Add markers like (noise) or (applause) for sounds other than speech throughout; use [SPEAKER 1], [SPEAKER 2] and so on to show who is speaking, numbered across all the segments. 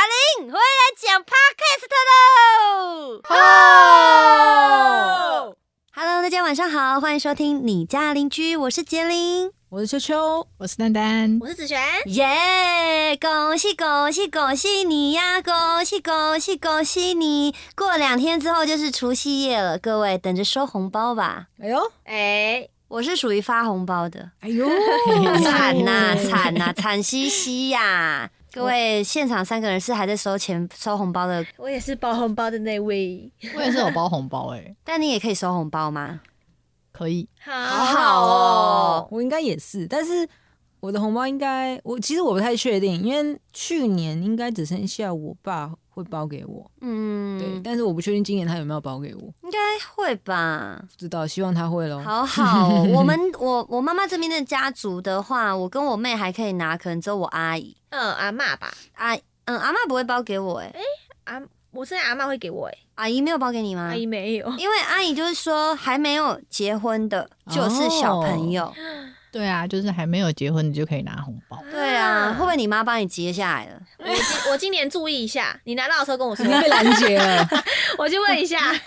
[SPEAKER 1] 回来讲 podcast 喽！
[SPEAKER 2] 哦
[SPEAKER 1] Hello，大家晚上好，欢迎收听你家邻居，我是杰林，
[SPEAKER 2] 我是秋秋，我是丹丹，
[SPEAKER 3] 我是子璇，
[SPEAKER 1] 耶、恭喜恭喜恭喜你呀！恭喜恭喜恭喜你！过两天之后就是除夕夜了，各位等着收红包吧。
[SPEAKER 2] 哎呦，
[SPEAKER 3] 哎、
[SPEAKER 1] 我是属于发红包的，
[SPEAKER 2] 哎 (laughs) 呦，
[SPEAKER 1] 惨 (laughs) 呐、惨呐、惨兮兮呀、 (laughs) 各位现场三个人是还在收钱收红包的，
[SPEAKER 3] 我也是包红包的那位，
[SPEAKER 2] 我也是有包红包哎、
[SPEAKER 1] 但你也可以收红包吗？
[SPEAKER 2] 可以，
[SPEAKER 3] 好
[SPEAKER 1] 好哦，
[SPEAKER 2] 我应该也是，但是我的红包应该我其实我不太确定，因为去年应该只剩下我爸会包给我，
[SPEAKER 1] 嗯，
[SPEAKER 2] 对，但是我不确定今年他有没有包给我，
[SPEAKER 1] 应该会吧。
[SPEAKER 2] 不知道，希望他会喽。
[SPEAKER 1] 好好哦，我
[SPEAKER 3] (laughs)
[SPEAKER 1] 们我我妈妈这边的家族的话，我跟我妹还可以拿，可能只有我阿姨
[SPEAKER 3] 嗯，阿嬷吧，
[SPEAKER 1] 阿嗯阿妈不会包给我哎、
[SPEAKER 3] 阿我现在阿嬷会给我、哎、
[SPEAKER 1] 阿姨没有包给你吗
[SPEAKER 3] 阿？姨没有，
[SPEAKER 1] 因为阿姨就是说还没有结婚的就是小朋友，
[SPEAKER 3] 哦
[SPEAKER 4] 对啊，就是还没有结婚，你就可以拿红包。
[SPEAKER 1] 对啊，会不会你妈帮你结下来了？
[SPEAKER 3] 我今我今年注意一下，你拿到的时
[SPEAKER 2] (laughs)
[SPEAKER 3] 候跟我说
[SPEAKER 2] 你，被拦截了，
[SPEAKER 3] 我去问一下，
[SPEAKER 1] 我已经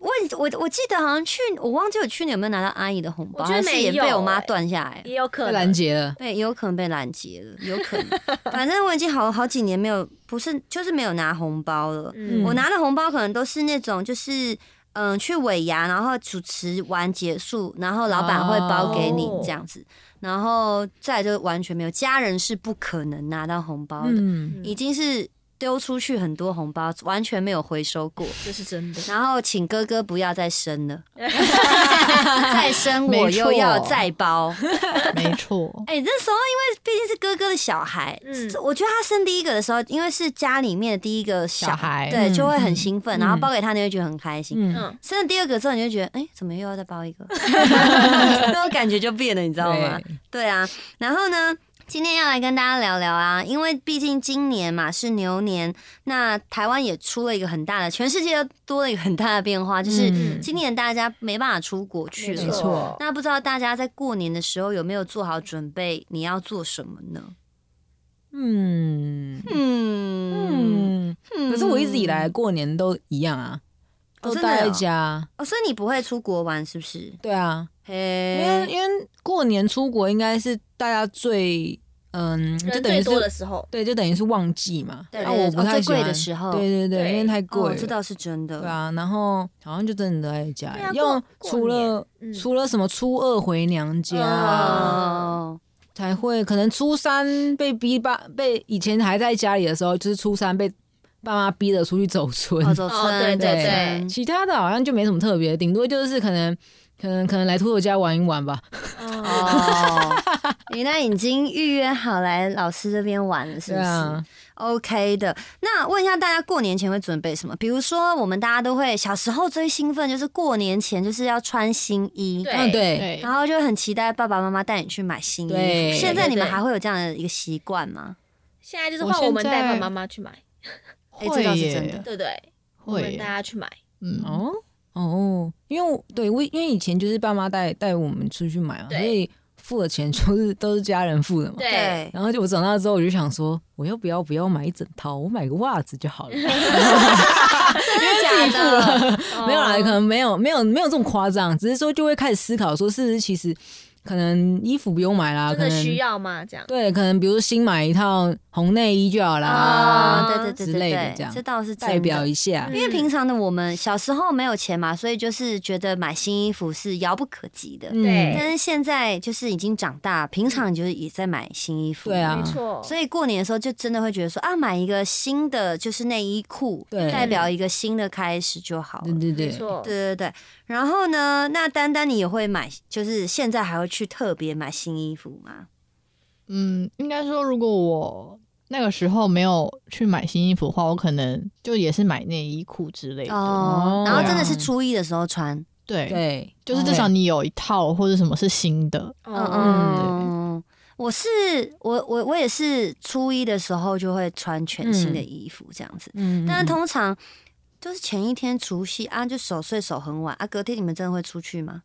[SPEAKER 1] 我已我我记得好像去我忘记我去年有没有拿到阿姨的红包，
[SPEAKER 3] 我觉得
[SPEAKER 1] 还是也
[SPEAKER 3] 没有
[SPEAKER 1] 被我妈
[SPEAKER 3] 欸
[SPEAKER 1] 断下来了。
[SPEAKER 3] 也有可
[SPEAKER 2] 被拦
[SPEAKER 3] 能，
[SPEAKER 2] 截了。
[SPEAKER 1] 对，有可能被拦截了，有可能。 (laughs) 反正我已经好好几年没有，不是就是没有拿红包了。
[SPEAKER 3] 嗯
[SPEAKER 1] 我拿的红包可能都是那种，就是嗯，去尾牙，然后主持完结束，然后老板会包给你
[SPEAKER 3] 哦
[SPEAKER 1] 这样子，然后再来就完全没有。家人是不可能拿到红包的，
[SPEAKER 2] 嗯，
[SPEAKER 1] 已经是丢出去很多红包，完全没有回收过。
[SPEAKER 3] 这是真的，
[SPEAKER 1] 然后请哥哥不要再生
[SPEAKER 3] (laughs)
[SPEAKER 1] 了，再生我
[SPEAKER 4] 没
[SPEAKER 1] 又要
[SPEAKER 4] 错
[SPEAKER 1] 再包。
[SPEAKER 4] 没错，
[SPEAKER 1] 哎、那时候因为毕竟是哥哥的小孩，
[SPEAKER 3] 嗯
[SPEAKER 1] 我觉得他生第一个的时候，因为是家里面的第一个小
[SPEAKER 4] 小孩
[SPEAKER 1] 对，
[SPEAKER 2] 嗯
[SPEAKER 1] 就会很兴奋，然后
[SPEAKER 2] 嗯
[SPEAKER 1] 包给他，你会觉得很开心。
[SPEAKER 2] 嗯，
[SPEAKER 3] 嗯，
[SPEAKER 1] 生了第二个之后，你就觉得，哎、怎么又要再包一
[SPEAKER 2] (laughs)
[SPEAKER 1] 个？ (laughs) 那种感觉就变了，你知道吗？
[SPEAKER 2] 对
[SPEAKER 1] 对啊，然后呢，今天要来跟大家聊聊啊，因为毕竟今年嘛是牛年，那台湾也出了一个很大的，全世界都多了一个很大的变化，就是
[SPEAKER 2] 嗯
[SPEAKER 1] 今年大家没办法出国去了，
[SPEAKER 2] 没错，
[SPEAKER 1] 那不知道大家在过年的时候有没有做好准备？你要做什么呢？
[SPEAKER 2] 嗯
[SPEAKER 1] 嗯
[SPEAKER 2] 嗯。
[SPEAKER 1] 嗯
[SPEAKER 2] 可是我一直以来过年都一样啊，
[SPEAKER 1] 哦
[SPEAKER 2] 都
[SPEAKER 1] 真的
[SPEAKER 2] 待在
[SPEAKER 1] 哦
[SPEAKER 2] 家。
[SPEAKER 1] 哦，所以你不会出国玩是不是？
[SPEAKER 2] 对啊，因为
[SPEAKER 1] 嘿，
[SPEAKER 2] 因为过年出国应该是大家最嗯，就
[SPEAKER 3] 人
[SPEAKER 2] 等于是
[SPEAKER 3] 最多的时候，
[SPEAKER 2] 对，就等于是旺季嘛。
[SPEAKER 1] 对
[SPEAKER 2] 啊，
[SPEAKER 1] 对
[SPEAKER 2] 我
[SPEAKER 1] 对
[SPEAKER 2] 不
[SPEAKER 1] 哦
[SPEAKER 2] 太
[SPEAKER 1] 最
[SPEAKER 2] 喜
[SPEAKER 1] 贵
[SPEAKER 2] 欢。
[SPEAKER 1] 的时候
[SPEAKER 2] 对对对，
[SPEAKER 3] 对
[SPEAKER 2] 因为太
[SPEAKER 1] 哦，
[SPEAKER 2] 贵
[SPEAKER 1] 我
[SPEAKER 2] 了。
[SPEAKER 1] 知道是真的。哦
[SPEAKER 2] 对啊，然后好像就真的都待在家
[SPEAKER 3] 对啊
[SPEAKER 2] 里，要
[SPEAKER 3] 过
[SPEAKER 2] 除
[SPEAKER 3] 过年
[SPEAKER 2] 了
[SPEAKER 3] 嗯
[SPEAKER 2] 除了什么初二回娘家
[SPEAKER 3] 嗯
[SPEAKER 1] 哦，
[SPEAKER 2] 才会，可能初三被逼爸被以前还在家里的时候，就是初三被爸妈逼着出去走村
[SPEAKER 1] 哦，，走
[SPEAKER 3] 哦
[SPEAKER 1] 村，
[SPEAKER 3] 对对
[SPEAKER 1] 走
[SPEAKER 3] 对
[SPEAKER 1] 村
[SPEAKER 2] 其他的好像就没什么特别，顶多就是可能可能可能来秃头家玩一玩吧。
[SPEAKER 3] 哦，
[SPEAKER 1] 哦，你那已经预约好来老师这边玩了，是
[SPEAKER 2] 对
[SPEAKER 1] 不是、
[SPEAKER 2] 啊，
[SPEAKER 1] o k 的。那问一下大家过年前会准备什么？比如说，我们大家都会小时候最兴奋就是过年前就是要穿新衣，
[SPEAKER 3] 对
[SPEAKER 2] 嗯对，
[SPEAKER 4] 对
[SPEAKER 1] 然，后就很期待爸爸妈妈带你去买新衣
[SPEAKER 2] 对
[SPEAKER 1] 服。现在你们
[SPEAKER 3] 对对
[SPEAKER 1] 还会有这样的一个习惯吗？
[SPEAKER 3] 现在就是
[SPEAKER 4] 我
[SPEAKER 3] 换我们
[SPEAKER 4] 现
[SPEAKER 3] 带
[SPEAKER 4] 在
[SPEAKER 3] 爸爸妈妈去买，
[SPEAKER 1] 哎这倒
[SPEAKER 4] 会
[SPEAKER 1] 是
[SPEAKER 4] 耶
[SPEAKER 1] 真的，
[SPEAKER 3] 对不对？我
[SPEAKER 4] 会
[SPEAKER 3] 们大
[SPEAKER 4] 耶，
[SPEAKER 3] 家去买，
[SPEAKER 4] 嗯，
[SPEAKER 2] 哦哦，因为我对我因为以前就是爸妈带带我们出去买嘛，
[SPEAKER 3] 对
[SPEAKER 2] 所以付的钱都是都是家人付的嘛。
[SPEAKER 3] 对，
[SPEAKER 1] (laughs)
[SPEAKER 2] 然后就我长大之后，我就想说，我要不要不要买一整套，我买个袜子就
[SPEAKER 3] (laughs)
[SPEAKER 2] 好了。
[SPEAKER 1] 真的假的？
[SPEAKER 2] (laughs)
[SPEAKER 3] 哦
[SPEAKER 2] 没有啦，可能没有没有没有这种夸张，只是说就会开始思考说，是不是其实可能衣服不用买啦，
[SPEAKER 3] 真
[SPEAKER 2] 可
[SPEAKER 3] 的
[SPEAKER 2] 能
[SPEAKER 3] 需要吗？这样，
[SPEAKER 2] 对，可能比如说新买一套红内衣就好啦，
[SPEAKER 1] 啊，对对对
[SPEAKER 2] 之
[SPEAKER 1] 对
[SPEAKER 2] 类的
[SPEAKER 1] 对
[SPEAKER 2] 这，样
[SPEAKER 1] 这倒是真的
[SPEAKER 2] 代表。一下。
[SPEAKER 1] 因为平常的我们小时候没有钱嘛，所以就是觉得买新衣服是遥不可及
[SPEAKER 2] 嗯
[SPEAKER 1] 的。
[SPEAKER 3] 对
[SPEAKER 1] 但是现在就是已经长大，平常就是也在买新衣服。
[SPEAKER 2] 对啊
[SPEAKER 3] 没错，
[SPEAKER 1] 所以过年的时候就真的会觉得说啊，买一个新的就是内衣裤，
[SPEAKER 2] 对
[SPEAKER 1] 代表一个新的开始就好了。
[SPEAKER 2] 嗯对对
[SPEAKER 3] 没
[SPEAKER 2] 对，
[SPEAKER 4] 哦
[SPEAKER 3] 错，
[SPEAKER 1] 对对对，然后呢？那丹丹，你也会买，就是现在还会去特别买新衣服吗？
[SPEAKER 4] 嗯，应该说，如果我那个时候没有去买新衣服的话，我可能就也是买内衣裤之类的。
[SPEAKER 1] 哦，然后
[SPEAKER 4] 对啊
[SPEAKER 1] 真的是初一的时候穿，
[SPEAKER 4] 对，
[SPEAKER 2] 对，
[SPEAKER 4] 就是至少你有一套或者什么是新的。
[SPEAKER 3] 嗯
[SPEAKER 1] 嗯
[SPEAKER 3] 嗯，
[SPEAKER 1] 嗯，我是我我我也是初一的时候就会穿全新的衣服这样子，
[SPEAKER 2] 嗯，嗯，
[SPEAKER 1] 但是通常就是前一天除夕啊，就守岁守很晚啊，隔天你们真的会出去吗？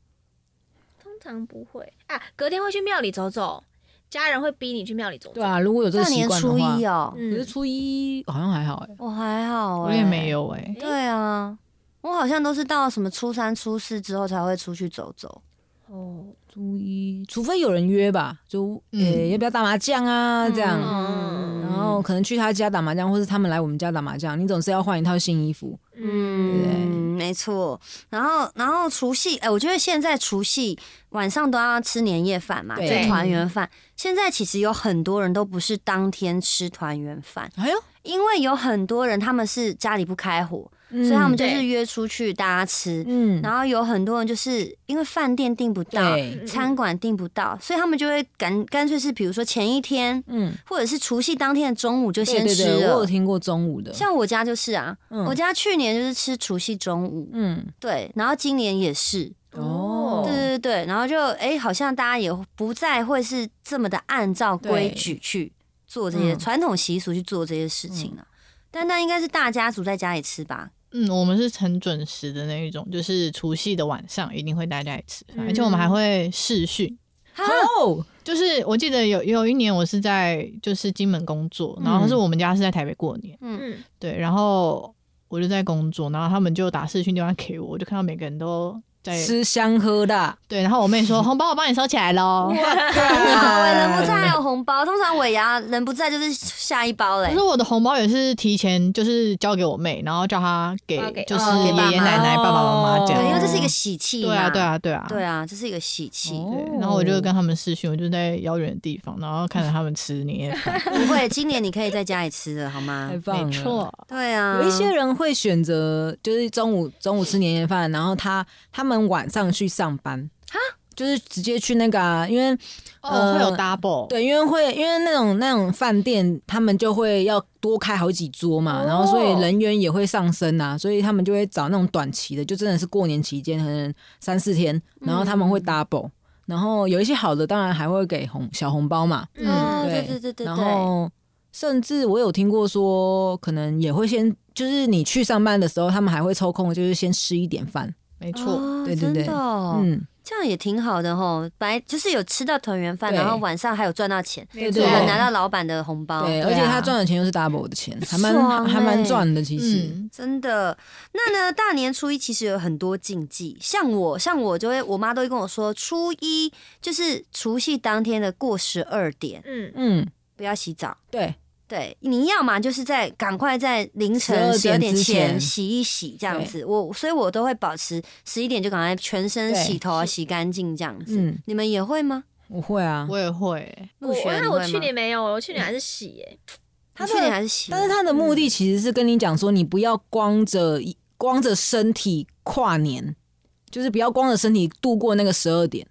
[SPEAKER 3] 通常不会啊，隔天会去庙里走走，家人会逼你去庙里走走。
[SPEAKER 2] 对啊，如果有这个
[SPEAKER 1] 大
[SPEAKER 2] 习
[SPEAKER 1] 年
[SPEAKER 2] 惯的
[SPEAKER 1] 初
[SPEAKER 2] 话，
[SPEAKER 1] 一哦，
[SPEAKER 2] 可是
[SPEAKER 3] 嗯，
[SPEAKER 2] 初一好像还好哎、
[SPEAKER 1] 我还好、欸
[SPEAKER 4] 我也没。有哎、
[SPEAKER 1] 哦对啊，我好像都是到什么初三、初四之后才会出去走走。
[SPEAKER 3] 哦，
[SPEAKER 2] 初一除非有人约吧，就呃、
[SPEAKER 4] 嗯
[SPEAKER 2] 要不要打麻将啊这样，
[SPEAKER 3] 嗯
[SPEAKER 2] 然后可能去他家打麻将，或是他们来我们家打麻将，你总是要换一套新衣服。
[SPEAKER 3] 嗯，
[SPEAKER 1] 嗯，没错。然后，然后除夕，哎、我觉得现在除夕晚上都要吃年夜饭嘛，就
[SPEAKER 2] 对
[SPEAKER 1] 团圆饭。现在其实有很多人都不是当天吃团圆饭，
[SPEAKER 2] 哎呦，
[SPEAKER 1] 因为有很多人他们是家里不开火，
[SPEAKER 2] 嗯
[SPEAKER 1] 所以他们就是
[SPEAKER 3] 对
[SPEAKER 1] 约出去大家吃。
[SPEAKER 2] 嗯，
[SPEAKER 1] 然后有很多人就是因为饭店订不到，
[SPEAKER 3] 嗯
[SPEAKER 2] 对，
[SPEAKER 1] 餐馆订不到，所以他们就会干干脆是，比如说前一天
[SPEAKER 2] 嗯，
[SPEAKER 1] 或者是除夕当天的中午就
[SPEAKER 2] 对
[SPEAKER 1] 先
[SPEAKER 2] 对
[SPEAKER 1] 吃
[SPEAKER 2] 对，我
[SPEAKER 1] 了
[SPEAKER 2] 有。听过中午的，
[SPEAKER 1] 像我家就是啊，
[SPEAKER 2] 嗯
[SPEAKER 1] 我家去年就是吃除夕中午，
[SPEAKER 2] 嗯
[SPEAKER 1] 对，然后今年也是，
[SPEAKER 2] 哦
[SPEAKER 1] 对对对，然后就哎、好像大家也不再会是这么的按照规矩去做这些
[SPEAKER 2] 嗯
[SPEAKER 1] 传统习俗去做这些事情了、但那应该是大家族在家里吃吧？
[SPEAKER 4] 嗯，我们是很准时的那一种，就是除夕的晚上一定会大家一起吃饭，
[SPEAKER 3] 嗯
[SPEAKER 4] 而且我们还会视讯。
[SPEAKER 1] 哈，
[SPEAKER 2] 哦，
[SPEAKER 4] 就是我记得有有一年我是在就是金门工作，然后是我们家是在台北过年，
[SPEAKER 1] 嗯，
[SPEAKER 3] 嗯，
[SPEAKER 4] 对，然后我就在工作，然后他们就打视讯电话给我，我就看到每个人都
[SPEAKER 1] 啊
[SPEAKER 4] 在
[SPEAKER 2] 吃香喝
[SPEAKER 1] (laughs)
[SPEAKER 2] 辣，
[SPEAKER 4] 对，然后我妹说红包我帮你收起来喽，
[SPEAKER 1] 很好哎、
[SPEAKER 2] (laughs)
[SPEAKER 1] 人不在还有红包，通常尾牙人不在就是下一包嘞
[SPEAKER 2] 哦
[SPEAKER 4] 可是。我的红包也是提前就是交给我妹，然后叫她给
[SPEAKER 3] 发给
[SPEAKER 4] 就是
[SPEAKER 3] 哦
[SPEAKER 4] 爷爷奶奶、
[SPEAKER 2] 给爸妈
[SPEAKER 4] 爸爸妈妈这
[SPEAKER 1] 对，
[SPEAKER 4] 样
[SPEAKER 1] 因为
[SPEAKER 2] 哦，
[SPEAKER 1] 这是一个喜气嘛，
[SPEAKER 4] 对啊对啊对啊
[SPEAKER 1] 对啊，这是一个喜气。
[SPEAKER 2] 哦
[SPEAKER 4] 对，然后我就跟他们视讯，我就在遥远的地方，然后看着他们吃年
[SPEAKER 1] (laughs)
[SPEAKER 4] 夜饭，
[SPEAKER 1] 不会，今年你可以在家里吃的好吗
[SPEAKER 2] (laughs) 太？棒了，
[SPEAKER 4] 没错，
[SPEAKER 1] 对啊，
[SPEAKER 2] 有一些人会选择就是中午中午吃年夜饭，然后他他们晚上去上班
[SPEAKER 1] 哈
[SPEAKER 2] 就是直接去那个、啊，因为
[SPEAKER 4] (laughs) 哦，会有
[SPEAKER 2] 呃
[SPEAKER 4] double，，
[SPEAKER 2] 对，因为会因为那种那种饭店，他们就会要多开好几桌嘛，然后所
[SPEAKER 4] 哦
[SPEAKER 2] 以人员也会上升啊，所以他们就会找那种短期的，就真的是过年期间可能三四天，然后他们会
[SPEAKER 4] 嗯
[SPEAKER 2] double，、然后有一些好的当然还会给红小红包嘛，
[SPEAKER 1] 哦，
[SPEAKER 3] 嗯，
[SPEAKER 1] 对
[SPEAKER 2] 对
[SPEAKER 1] 对对对
[SPEAKER 2] 然
[SPEAKER 1] 对，
[SPEAKER 2] 后甚至我有听过说，可能也会先，就是你去上班的时候，他们还会抽空，就是先吃一点饭。
[SPEAKER 4] 没错，
[SPEAKER 1] 哦
[SPEAKER 2] 对对
[SPEAKER 1] 真
[SPEAKER 2] 对
[SPEAKER 1] 的哦，
[SPEAKER 2] 嗯，
[SPEAKER 1] 这样也挺好的吼。白就是有吃到团圆饭，
[SPEAKER 2] 对
[SPEAKER 1] 然后晚上还有赚到钱，
[SPEAKER 3] 没
[SPEAKER 2] 对
[SPEAKER 1] 还有
[SPEAKER 2] 对
[SPEAKER 1] 拿到老板的红包，
[SPEAKER 2] 对，
[SPEAKER 4] 对啊
[SPEAKER 2] 而且他赚的钱又是 double 的钱，还
[SPEAKER 1] 哦爽
[SPEAKER 2] 蛮还蛮
[SPEAKER 1] 欸
[SPEAKER 2] 赚的。其实，
[SPEAKER 4] 嗯，
[SPEAKER 1] 真的。那呢，大年初一其实有很多禁忌，像我，像我就会，我妈都会跟我说，初一就是除夕当天的过十二点，
[SPEAKER 3] 嗯，
[SPEAKER 2] 嗯，
[SPEAKER 1] 不要洗澡。
[SPEAKER 2] 对，
[SPEAKER 1] 对，你要嘛就是在赶快在凌晨
[SPEAKER 2] 12
[SPEAKER 1] 十二点
[SPEAKER 2] 点之
[SPEAKER 1] 前
[SPEAKER 2] 前
[SPEAKER 1] 洗一洗这样子，我所以我都会保持十一点就赶快全身
[SPEAKER 2] 对
[SPEAKER 1] 洗头啊洗干净这样子。
[SPEAKER 2] 嗯，
[SPEAKER 1] 你们也会吗？
[SPEAKER 2] 我会啊。
[SPEAKER 4] 我也会，
[SPEAKER 3] 我
[SPEAKER 1] 陆雪你
[SPEAKER 3] 那
[SPEAKER 1] 会
[SPEAKER 3] 我
[SPEAKER 1] 吗
[SPEAKER 3] 去年没有，我去年还是洗耶，
[SPEAKER 1] 他
[SPEAKER 2] 他
[SPEAKER 1] 去
[SPEAKER 2] 的
[SPEAKER 1] 年还是洗，
[SPEAKER 2] 但是他的目的其实是跟你讲说，你不要光着一光着身体跨年，就是不要光着身体度过那个十二点。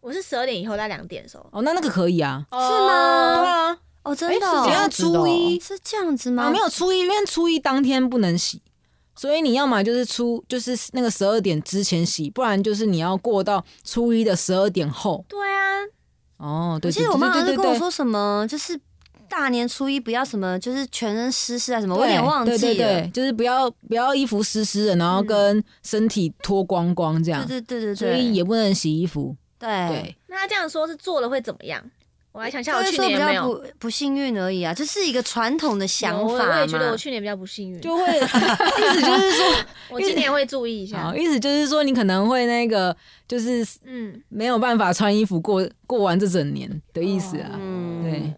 [SPEAKER 3] 我是十二点以后到两点的时候，
[SPEAKER 2] 哦，那那个可以啊。
[SPEAKER 1] 是吗
[SPEAKER 2] 对啊，
[SPEAKER 1] 哦，真的
[SPEAKER 4] 哎是
[SPEAKER 2] 只
[SPEAKER 4] 这
[SPEAKER 1] 哦
[SPEAKER 4] 样
[SPEAKER 2] 要
[SPEAKER 4] 子的哦
[SPEAKER 2] 初一
[SPEAKER 1] 是这样子
[SPEAKER 2] 啊，
[SPEAKER 1] 吗？
[SPEAKER 2] 没有初一，因为初一当天不能洗，所以你要么就是初就是那个十二点之前洗，不然就是你要过到初一的十二点后。
[SPEAKER 3] 对啊，
[SPEAKER 2] 哦，
[SPEAKER 1] 我
[SPEAKER 2] 对，
[SPEAKER 1] 记
[SPEAKER 2] 对
[SPEAKER 1] 得我妈好像
[SPEAKER 2] 对
[SPEAKER 1] 是
[SPEAKER 2] 对
[SPEAKER 1] 跟我
[SPEAKER 2] 对
[SPEAKER 1] 说什么，就是大年初一不要什么，就是全身湿湿啊什么，我有点
[SPEAKER 2] 对
[SPEAKER 1] 忘记了。嗯
[SPEAKER 2] 对对对，就是不要不要衣服湿湿的，然后跟身体脱光光这样，
[SPEAKER 1] 对对对对哎
[SPEAKER 2] 所以也不能洗衣服。
[SPEAKER 1] 对。
[SPEAKER 2] 对，
[SPEAKER 3] 那他这样说是做了会怎么样？我来想一下，
[SPEAKER 1] 他
[SPEAKER 3] 我
[SPEAKER 1] 会
[SPEAKER 3] 去
[SPEAKER 1] 说比
[SPEAKER 3] 年有没
[SPEAKER 1] 较
[SPEAKER 3] 有
[SPEAKER 1] 不不幸运而已啊，就是一个传统的想
[SPEAKER 3] 有
[SPEAKER 1] 法
[SPEAKER 3] 我
[SPEAKER 1] 嘛。
[SPEAKER 3] 我也觉得我去年比较不幸运，
[SPEAKER 2] 就会 (laughs) 意思就是说，
[SPEAKER 3] 我今年会注意一下
[SPEAKER 1] (laughs)
[SPEAKER 2] 好，。意思就是说你可能会那个就是
[SPEAKER 3] 嗯，
[SPEAKER 2] 没有办法穿衣服过过完这整年的意思啊。
[SPEAKER 1] 嗯
[SPEAKER 2] 对，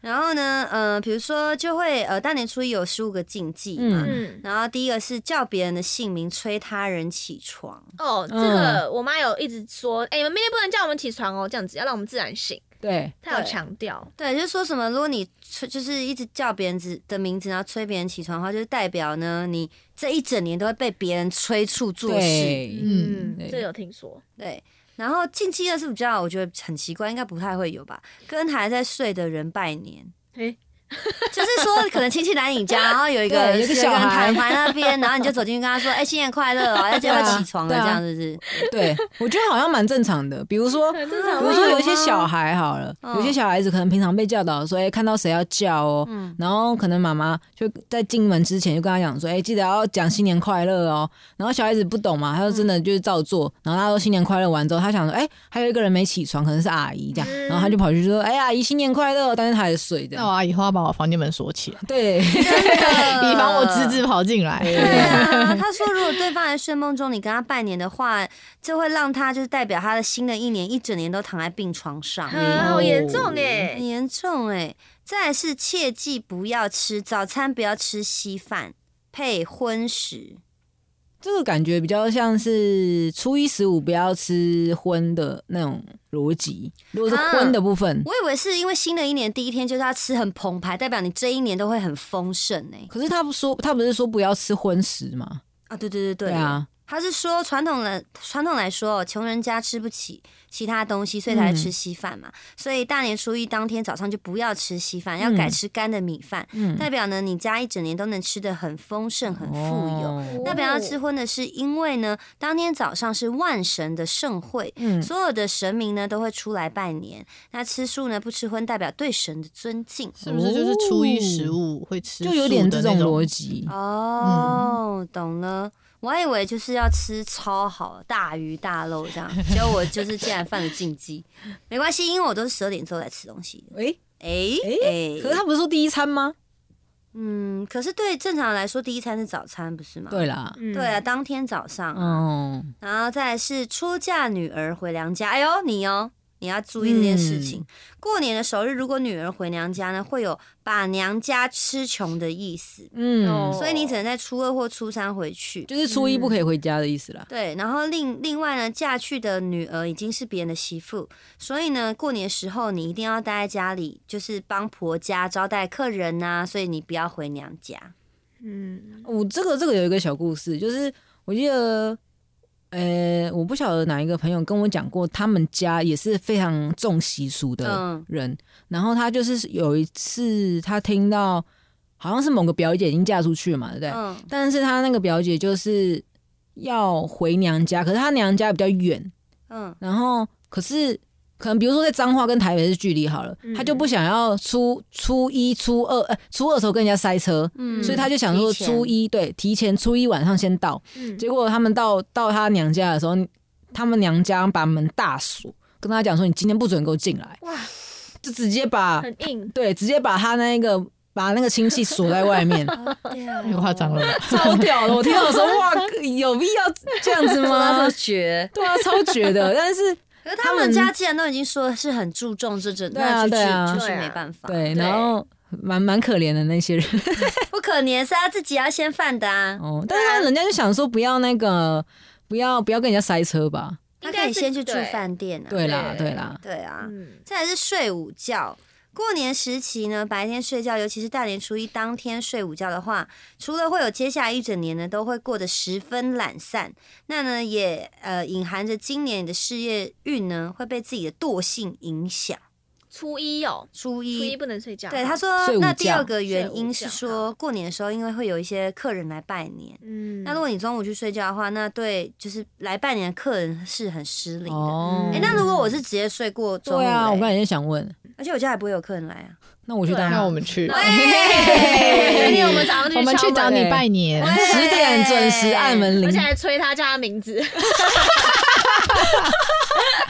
[SPEAKER 1] 然后呢，呃，比如说就会呃，大年初一有十五个禁忌嘛。
[SPEAKER 2] 嗯
[SPEAKER 3] 嗯，
[SPEAKER 1] 然后第一个是叫别人的姓名，催他人起床。
[SPEAKER 3] 哦，这
[SPEAKER 1] 嗯
[SPEAKER 3] 个我妈有一直说，哎、你们明天不能叫我们起床哦，这样子要让我们自然醒。
[SPEAKER 2] 对，
[SPEAKER 3] 她有
[SPEAKER 1] 对
[SPEAKER 3] 强调，
[SPEAKER 1] 对，就是说什么，如果你催，就是一直叫别人子的名字，然后催别人起床的话，就是代表呢，你这一整年都会被别人催促做事。
[SPEAKER 2] 对，
[SPEAKER 3] 嗯，
[SPEAKER 2] 对
[SPEAKER 3] 这个有听说，
[SPEAKER 1] 对。然后禁忌二是比较，我觉得很奇怪，应该不太会有吧？跟还在睡的人拜年，
[SPEAKER 3] 哎、
[SPEAKER 1] 就是说可能亲戚来你家，然后有一个
[SPEAKER 2] (laughs) 对有一个小
[SPEAKER 1] 人
[SPEAKER 2] 孩
[SPEAKER 1] 躺在那边，然后你就走进去跟他说：“哎，新年快乐哦！要记得
[SPEAKER 2] 对啊
[SPEAKER 1] 起床了，
[SPEAKER 2] 对啊
[SPEAKER 1] 这样是不是？
[SPEAKER 2] 对，我觉得好像蛮正常的。比如说，比
[SPEAKER 3] 很正常
[SPEAKER 2] 如
[SPEAKER 3] 啊。
[SPEAKER 2] 说有一些小孩好了，
[SPEAKER 1] 嗯
[SPEAKER 2] 有些小孩子可能平常被教导说，哎、看到谁要叫哦。
[SPEAKER 1] 嗯，
[SPEAKER 2] 然后可能妈妈就在进门之前就跟他讲说，哎、记得要讲新年快乐哦。然后小孩子不懂嘛，他就真
[SPEAKER 1] 嗯
[SPEAKER 2] 的就是照做。然后他说新年快乐完之后，他想说，哎、还有一个人没起床，可能是阿姨这样。
[SPEAKER 3] 嗯
[SPEAKER 2] 然后他就跑去说，哎、阿姨新年快乐哦，但是他还是睡这
[SPEAKER 4] 那
[SPEAKER 2] 样。
[SPEAKER 4] 我阿姨以后要把我房间门锁起来，
[SPEAKER 2] 对， (laughs)
[SPEAKER 1] 以
[SPEAKER 4] 以防我侄子跑进来。
[SPEAKER 1] 呃对啊，他说如果对方在睡梦中你跟他拜年的话，就会让他就是代表他的新的一年一整年都躺在病床上，
[SPEAKER 3] 啊好严重
[SPEAKER 1] 很
[SPEAKER 3] 哎！
[SPEAKER 1] 严重哎、再来是切记不要吃早餐，不要吃稀饭配荤食。
[SPEAKER 2] 这个感觉比较像是初一十五不要吃荤的那种逻辑。如果是荤的部分，
[SPEAKER 1] 啊我以为是因为新的一年第一天就是要吃很澎湃，代表你这一年都会很丰盛哎、
[SPEAKER 2] 可是他不说，他不是说不要吃荤食吗？
[SPEAKER 1] 啊，对对对对，
[SPEAKER 2] 对啊，
[SPEAKER 1] 他是说传统来传统来说，哦穷人家吃不起其他东西，所
[SPEAKER 2] 嗯
[SPEAKER 1] 以才吃稀饭嘛。所以大年初一当天早上就不要吃稀饭，要改吃干的米饭，
[SPEAKER 2] 嗯，
[SPEAKER 1] 代表呢你家一整年都能吃得很丰盛、很富有。
[SPEAKER 2] 有
[SPEAKER 1] 代表要吃荤的是因为呢，当天早上是万神的盛会，
[SPEAKER 2] 嗯，
[SPEAKER 1] 所有的神明呢都会出来拜年。那吃素呢不吃荤，代表对神的尊敬。
[SPEAKER 4] 是不是就是初一十五会吃素
[SPEAKER 2] 就
[SPEAKER 4] 的那？
[SPEAKER 2] 有点这种逻辑。
[SPEAKER 1] 哦，懂了。我还以为就是要吃超好大鱼大肉这样，结果我就是竟然犯了禁忌。没关系，因为我都是十二点之后才吃东西的。
[SPEAKER 2] 诶，
[SPEAKER 1] 哎、哎、
[SPEAKER 2] 可是他不是说第一餐吗？
[SPEAKER 1] 嗯，可是对正常人来说，第一餐是早餐，不是吗？
[SPEAKER 2] 对啦，
[SPEAKER 3] 嗯
[SPEAKER 1] 对啊，，当天早上啊、
[SPEAKER 2] 哦，
[SPEAKER 1] 然后再来是出嫁女儿回娘家，哎呦，你哦，你要注意这件
[SPEAKER 2] 嗯
[SPEAKER 1] 事情。过年的首日，如果女儿回娘家呢，会有把娘家吃穷的意思，
[SPEAKER 2] 嗯，
[SPEAKER 3] 哦
[SPEAKER 1] 所以你只能在初二或初三回去。
[SPEAKER 2] 就是初一不可以回家的意思啦。
[SPEAKER 1] 对，然后另另外呢，嫁去的女儿已经是别人的媳妇，所以呢，过年时候你一定要待在家里，就是帮婆家招待客人呐、所以你不要回娘家。
[SPEAKER 3] 嗯，
[SPEAKER 2] 我这个这个有一个小故事，就是我记得，呃，我不晓得哪一个朋友跟我讲过，他们家也是非常重习俗的
[SPEAKER 1] 嗯
[SPEAKER 2] 人，然后他就是有一次他听到好像是某个表姐已经嫁出去了嘛，对不对？
[SPEAKER 1] 嗯
[SPEAKER 2] 但是他那个表姐就是要回娘家，可是她娘家比较远，
[SPEAKER 1] 嗯
[SPEAKER 2] 然后可是可能比如说在彰化跟台北是距离好了，
[SPEAKER 3] 嗯
[SPEAKER 2] 他就不想要初初一、初二，呃，初二的时候跟人家塞车，
[SPEAKER 1] 嗯
[SPEAKER 2] 所以他就想说
[SPEAKER 1] 提前，
[SPEAKER 2] 初一对提前初一晚上先到，
[SPEAKER 3] 嗯
[SPEAKER 2] 结果他们到到他娘家的时候，他们娘家把门大锁，跟他讲说你今天不准给我进来，
[SPEAKER 3] 哇，
[SPEAKER 2] 就直接把
[SPEAKER 3] 很硬，
[SPEAKER 2] 对直接把他那个把那个亲戚锁在外面
[SPEAKER 1] 好
[SPEAKER 3] 啊
[SPEAKER 1] 屌
[SPEAKER 4] 太夸张了吧？
[SPEAKER 2] 超屌的！ (laughs) 我听到我说哇，有必要这样子
[SPEAKER 1] 说到
[SPEAKER 2] 吗
[SPEAKER 1] 这？绝，
[SPEAKER 2] (laughs) 对啊，超绝 (laughs) 的，但是
[SPEAKER 1] 可是他们家既然都已经说是很注重这整，
[SPEAKER 2] 对
[SPEAKER 1] 那
[SPEAKER 2] 啊
[SPEAKER 1] 就
[SPEAKER 2] 对
[SPEAKER 1] 是、
[SPEAKER 2] 啊
[SPEAKER 1] 就是
[SPEAKER 3] 对啊
[SPEAKER 1] 没办法，
[SPEAKER 2] 对，然后蛮蛮可怜的那 (laughs) 些人。
[SPEAKER 1] 不可怜是他自己要先犯的啊，
[SPEAKER 2] 哦，但是他人家就想说不要那个，不要不要跟人家塞车吧？
[SPEAKER 1] 他
[SPEAKER 3] 应
[SPEAKER 1] 可
[SPEAKER 3] 该
[SPEAKER 1] 以
[SPEAKER 3] 是
[SPEAKER 1] 先去住
[SPEAKER 3] 对
[SPEAKER 1] 饭店啊，
[SPEAKER 2] 对啦，
[SPEAKER 3] 对
[SPEAKER 2] 对啦，
[SPEAKER 1] 对啊，
[SPEAKER 3] 嗯，
[SPEAKER 1] 再来是睡午觉。过年时期呢，白天睡觉，尤其是大年初一当天睡午觉的话，除了会有接下来一整年呢，都会过得十分懒散。那呢，也呃隐含着今年你的事业运呢会被自己的惰性影响。
[SPEAKER 3] 初一哦，
[SPEAKER 1] 初
[SPEAKER 3] 初一
[SPEAKER 1] 一，
[SPEAKER 3] 不能睡觉，
[SPEAKER 1] 对他，说
[SPEAKER 2] 睡午，觉
[SPEAKER 1] 那第二个原因
[SPEAKER 3] 睡
[SPEAKER 1] 是
[SPEAKER 3] 午觉
[SPEAKER 1] 说，过年的时候因为会有一些客人来拜年，
[SPEAKER 3] 嗯，
[SPEAKER 1] 那如果你中午去睡觉的话，那对就是来拜年的客人是很失礼的。
[SPEAKER 2] 哦
[SPEAKER 1] 哎、
[SPEAKER 3] 诶
[SPEAKER 1] 那如果我是直接睡过中午、
[SPEAKER 2] 对啊，我
[SPEAKER 1] 诶
[SPEAKER 2] 刚才也想问，
[SPEAKER 1] 而且我家也不会有客人来啊。
[SPEAKER 2] 那我去
[SPEAKER 3] 对啊
[SPEAKER 2] 当
[SPEAKER 4] (laughs) 那我们去，
[SPEAKER 1] (laughs) 喂 (laughs)
[SPEAKER 3] 明天我们早上就
[SPEAKER 4] 我们去
[SPEAKER 3] 敲门
[SPEAKER 4] 找你拜年。
[SPEAKER 2] 十点准时按门
[SPEAKER 3] 而
[SPEAKER 2] 铃
[SPEAKER 3] 且，还催他叫他名字，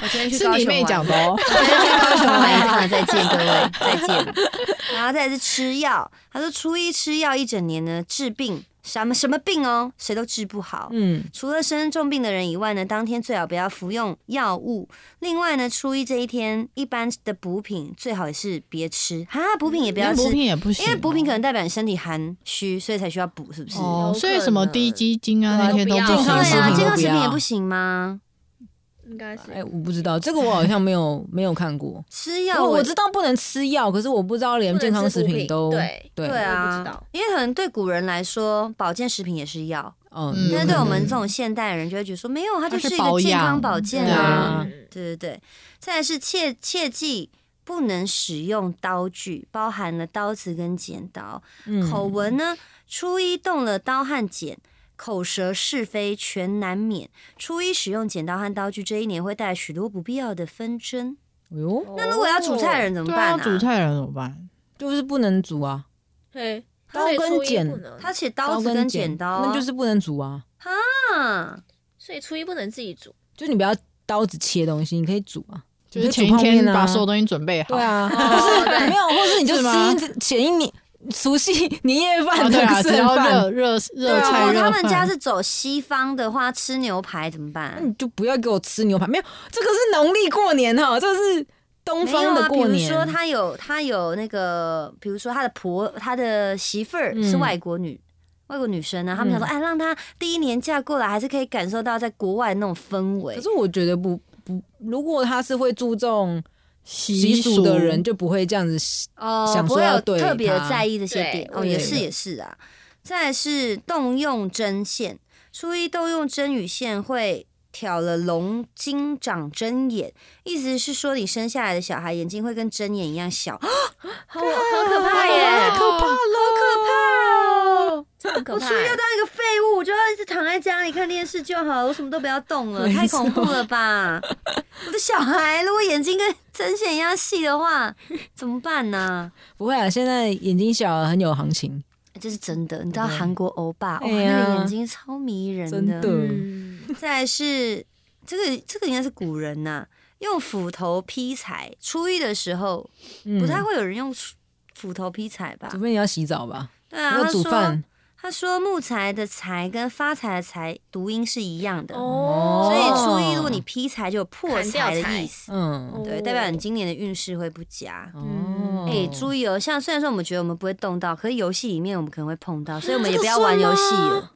[SPEAKER 1] 我今天去
[SPEAKER 4] 是
[SPEAKER 1] 高
[SPEAKER 4] 你
[SPEAKER 1] 雄
[SPEAKER 4] 妹
[SPEAKER 1] 玩
[SPEAKER 4] 讲的 (laughs) 哦，
[SPEAKER 1] 我今天去高雄玩一趟了，再见各位，再见。然后再来是吃药，他说初一吃药一整年呢，治病什么什么病哦，谁都治不好。
[SPEAKER 2] 嗯，
[SPEAKER 1] 除了生重病的人以外呢，当天最好不要服用药物。另外呢，初一这一天，一般的补品最好也是别吃哈，补品也不要
[SPEAKER 4] 连
[SPEAKER 1] 吃
[SPEAKER 4] 补，品也不行哦，
[SPEAKER 1] 因为补品可能代表你身体含虚，所以才需要补，是不是？
[SPEAKER 4] 哦
[SPEAKER 3] 有，
[SPEAKER 4] 所
[SPEAKER 3] 可
[SPEAKER 4] 以什么
[SPEAKER 3] 能
[SPEAKER 4] 低基金啊
[SPEAKER 2] 对啊
[SPEAKER 4] 那些
[SPEAKER 3] 都
[SPEAKER 4] 都
[SPEAKER 3] 不
[SPEAKER 4] 不
[SPEAKER 3] 要
[SPEAKER 4] 行，
[SPEAKER 1] 对啊，
[SPEAKER 2] 健康食
[SPEAKER 1] 健康
[SPEAKER 2] 品都不
[SPEAKER 1] 食品也
[SPEAKER 2] 要
[SPEAKER 1] 不行吗？
[SPEAKER 3] 应该是
[SPEAKER 2] 哎，我不知道这个，我好像没有 (laughs) 没有看过。
[SPEAKER 1] 吃药
[SPEAKER 2] 我我知道不能吃药，可是我不知道连健康食品都
[SPEAKER 3] 不能吃补品
[SPEAKER 2] 对
[SPEAKER 1] 对
[SPEAKER 3] 我也
[SPEAKER 1] 啊，
[SPEAKER 3] 不知道
[SPEAKER 1] 因为可能对古人来说，保健食品也是药，
[SPEAKER 2] 嗯，
[SPEAKER 4] 嗯
[SPEAKER 1] 但
[SPEAKER 2] 有
[SPEAKER 1] 是对
[SPEAKER 2] 可
[SPEAKER 1] 我们
[SPEAKER 2] 能
[SPEAKER 1] 这种现代人就会觉得说，没有，它就是
[SPEAKER 4] 它是
[SPEAKER 1] 一
[SPEAKER 4] 保
[SPEAKER 1] 个
[SPEAKER 4] 养
[SPEAKER 1] 健康保健
[SPEAKER 2] 对
[SPEAKER 1] 啊
[SPEAKER 2] 啊。
[SPEAKER 3] 嗯
[SPEAKER 1] 对对对，再来是切切记不能使用刀具，包含了刀子跟剪刀。
[SPEAKER 2] 嗯
[SPEAKER 1] 口文呢，初一动了刀和剪。口舌是非全难免。初一使用剪刀和刀具，这一年会带来许多不必要的纷争。
[SPEAKER 2] 哎呦，
[SPEAKER 1] 嗯那如果
[SPEAKER 3] 哦
[SPEAKER 1] 要煮菜的人怎么
[SPEAKER 4] 对
[SPEAKER 1] 办
[SPEAKER 4] 啊，
[SPEAKER 1] 啊？
[SPEAKER 4] 煮菜人怎么办？
[SPEAKER 2] 就是不能煮啊，
[SPEAKER 3] 嘿，
[SPEAKER 2] 刀
[SPEAKER 3] 所以
[SPEAKER 2] 跟
[SPEAKER 3] 初一
[SPEAKER 2] 剪
[SPEAKER 3] 不能
[SPEAKER 1] 他写刀子跟剪刀、啊，
[SPEAKER 2] 那就是不能煮啊。
[SPEAKER 1] 啊，
[SPEAKER 3] 所以初一不能自己煮。
[SPEAKER 2] 就你不要刀子切东西，你可以煮啊，
[SPEAKER 4] 就
[SPEAKER 2] 你
[SPEAKER 4] 是
[SPEAKER 2] 可
[SPEAKER 4] 前
[SPEAKER 2] 以煮
[SPEAKER 4] 一
[SPEAKER 2] 泡
[SPEAKER 4] 天
[SPEAKER 2] 面啊
[SPEAKER 4] 把所有东西准备好。 (laughs)
[SPEAKER 2] 对啊，
[SPEAKER 3] 哦
[SPEAKER 2] 不是
[SPEAKER 3] 对
[SPEAKER 2] 没有，或是你就是
[SPEAKER 4] 吗
[SPEAKER 2] 吃一前一年除夕年夜
[SPEAKER 4] 啊，
[SPEAKER 2] (laughs) 饭
[SPEAKER 4] 对
[SPEAKER 2] 的
[SPEAKER 4] 啊，只
[SPEAKER 2] 剩
[SPEAKER 4] 要
[SPEAKER 2] 饭，
[SPEAKER 4] 热热
[SPEAKER 1] 对
[SPEAKER 4] 热
[SPEAKER 1] 啊，
[SPEAKER 4] 菜
[SPEAKER 1] 如果
[SPEAKER 4] 热
[SPEAKER 1] 他
[SPEAKER 4] 饭。
[SPEAKER 1] 们家是走西方的话，吃牛排怎么
[SPEAKER 2] 那
[SPEAKER 1] 办？
[SPEAKER 2] 你就不要给我吃牛排。没有，这个是农历过年哈，这个是东
[SPEAKER 1] 没有
[SPEAKER 2] 方
[SPEAKER 1] 啊，
[SPEAKER 2] 的
[SPEAKER 1] 比
[SPEAKER 2] 过
[SPEAKER 1] 如
[SPEAKER 2] 年。
[SPEAKER 1] 说他有他有那个，比如说他的婆他的媳妇儿
[SPEAKER 2] 嗯
[SPEAKER 1] 是外国女。外国女生呢、他们想说，哎，让她第一年嫁过来，还是可以感受到在国外那种氛围
[SPEAKER 2] 可。是我觉得不不，如果他是会注重习
[SPEAKER 4] 习
[SPEAKER 2] 俗的人，就不会这样子。
[SPEAKER 1] 哦，
[SPEAKER 2] 想
[SPEAKER 1] 不
[SPEAKER 2] 说
[SPEAKER 1] 会有
[SPEAKER 2] 要对
[SPEAKER 1] 特别
[SPEAKER 2] 他
[SPEAKER 1] 在意这些
[SPEAKER 3] 对
[SPEAKER 1] 点。
[SPEAKER 3] 我
[SPEAKER 1] 哦，
[SPEAKER 2] 也
[SPEAKER 1] 也
[SPEAKER 2] 觉
[SPEAKER 1] 是
[SPEAKER 2] 得
[SPEAKER 1] 也是啊。再来是动用针线，初一动用针与线会挑了龙睛长针眼，意思是说你生下来的小孩眼睛会跟针眼一样小，哦
[SPEAKER 3] 好，好可怕耶！
[SPEAKER 1] (laughs)
[SPEAKER 4] 可怕
[SPEAKER 1] 好可怕哦！
[SPEAKER 3] 这很可
[SPEAKER 1] 我
[SPEAKER 3] 怕
[SPEAKER 1] 初一
[SPEAKER 3] 耶
[SPEAKER 1] 就。当一个废物，我就要一直躺在家里看电视就好了，我什么都不要动了，
[SPEAKER 2] 没
[SPEAKER 1] 太
[SPEAKER 2] 错
[SPEAKER 1] 恐怖了吧！ (laughs) 我的小孩如果眼睛跟针线一样细的话，怎么办呢、哎
[SPEAKER 2] 不会啊，现在眼睛小很有行情，
[SPEAKER 1] 这是真的，你知道
[SPEAKER 2] 对
[SPEAKER 1] 韩国欧巴，哇，
[SPEAKER 2] 哎呀
[SPEAKER 1] 那个眼睛超迷人
[SPEAKER 2] 真
[SPEAKER 1] 的。
[SPEAKER 2] 的。
[SPEAKER 3] 嗯，
[SPEAKER 1] 再来是这个，这个应该是古人呐、用斧头劈柴。初一的时候，
[SPEAKER 2] 嗯
[SPEAKER 1] 不太会有人用斧斧头劈柴吧
[SPEAKER 2] 除？非你要洗澡吧，
[SPEAKER 1] 对啊，
[SPEAKER 2] 要
[SPEAKER 1] 他
[SPEAKER 2] 煮
[SPEAKER 1] 说
[SPEAKER 2] 饭，
[SPEAKER 1] 他说木材的材跟发财的财读音是一样的，嗯
[SPEAKER 3] 哦，
[SPEAKER 1] 所以初一如
[SPEAKER 2] 哦
[SPEAKER 1] 果你劈柴就有破财
[SPEAKER 3] 砍掉
[SPEAKER 1] 的
[SPEAKER 3] 柴
[SPEAKER 1] 意思，
[SPEAKER 2] 嗯，
[SPEAKER 3] 哦
[SPEAKER 1] 对，代表你今年的运势会不佳。
[SPEAKER 2] 哦，
[SPEAKER 1] 哎、注意哦！像虽然说我们觉得我们不会动到，可是游戏里面我们可能会碰到，所以我们也不要玩游戏了。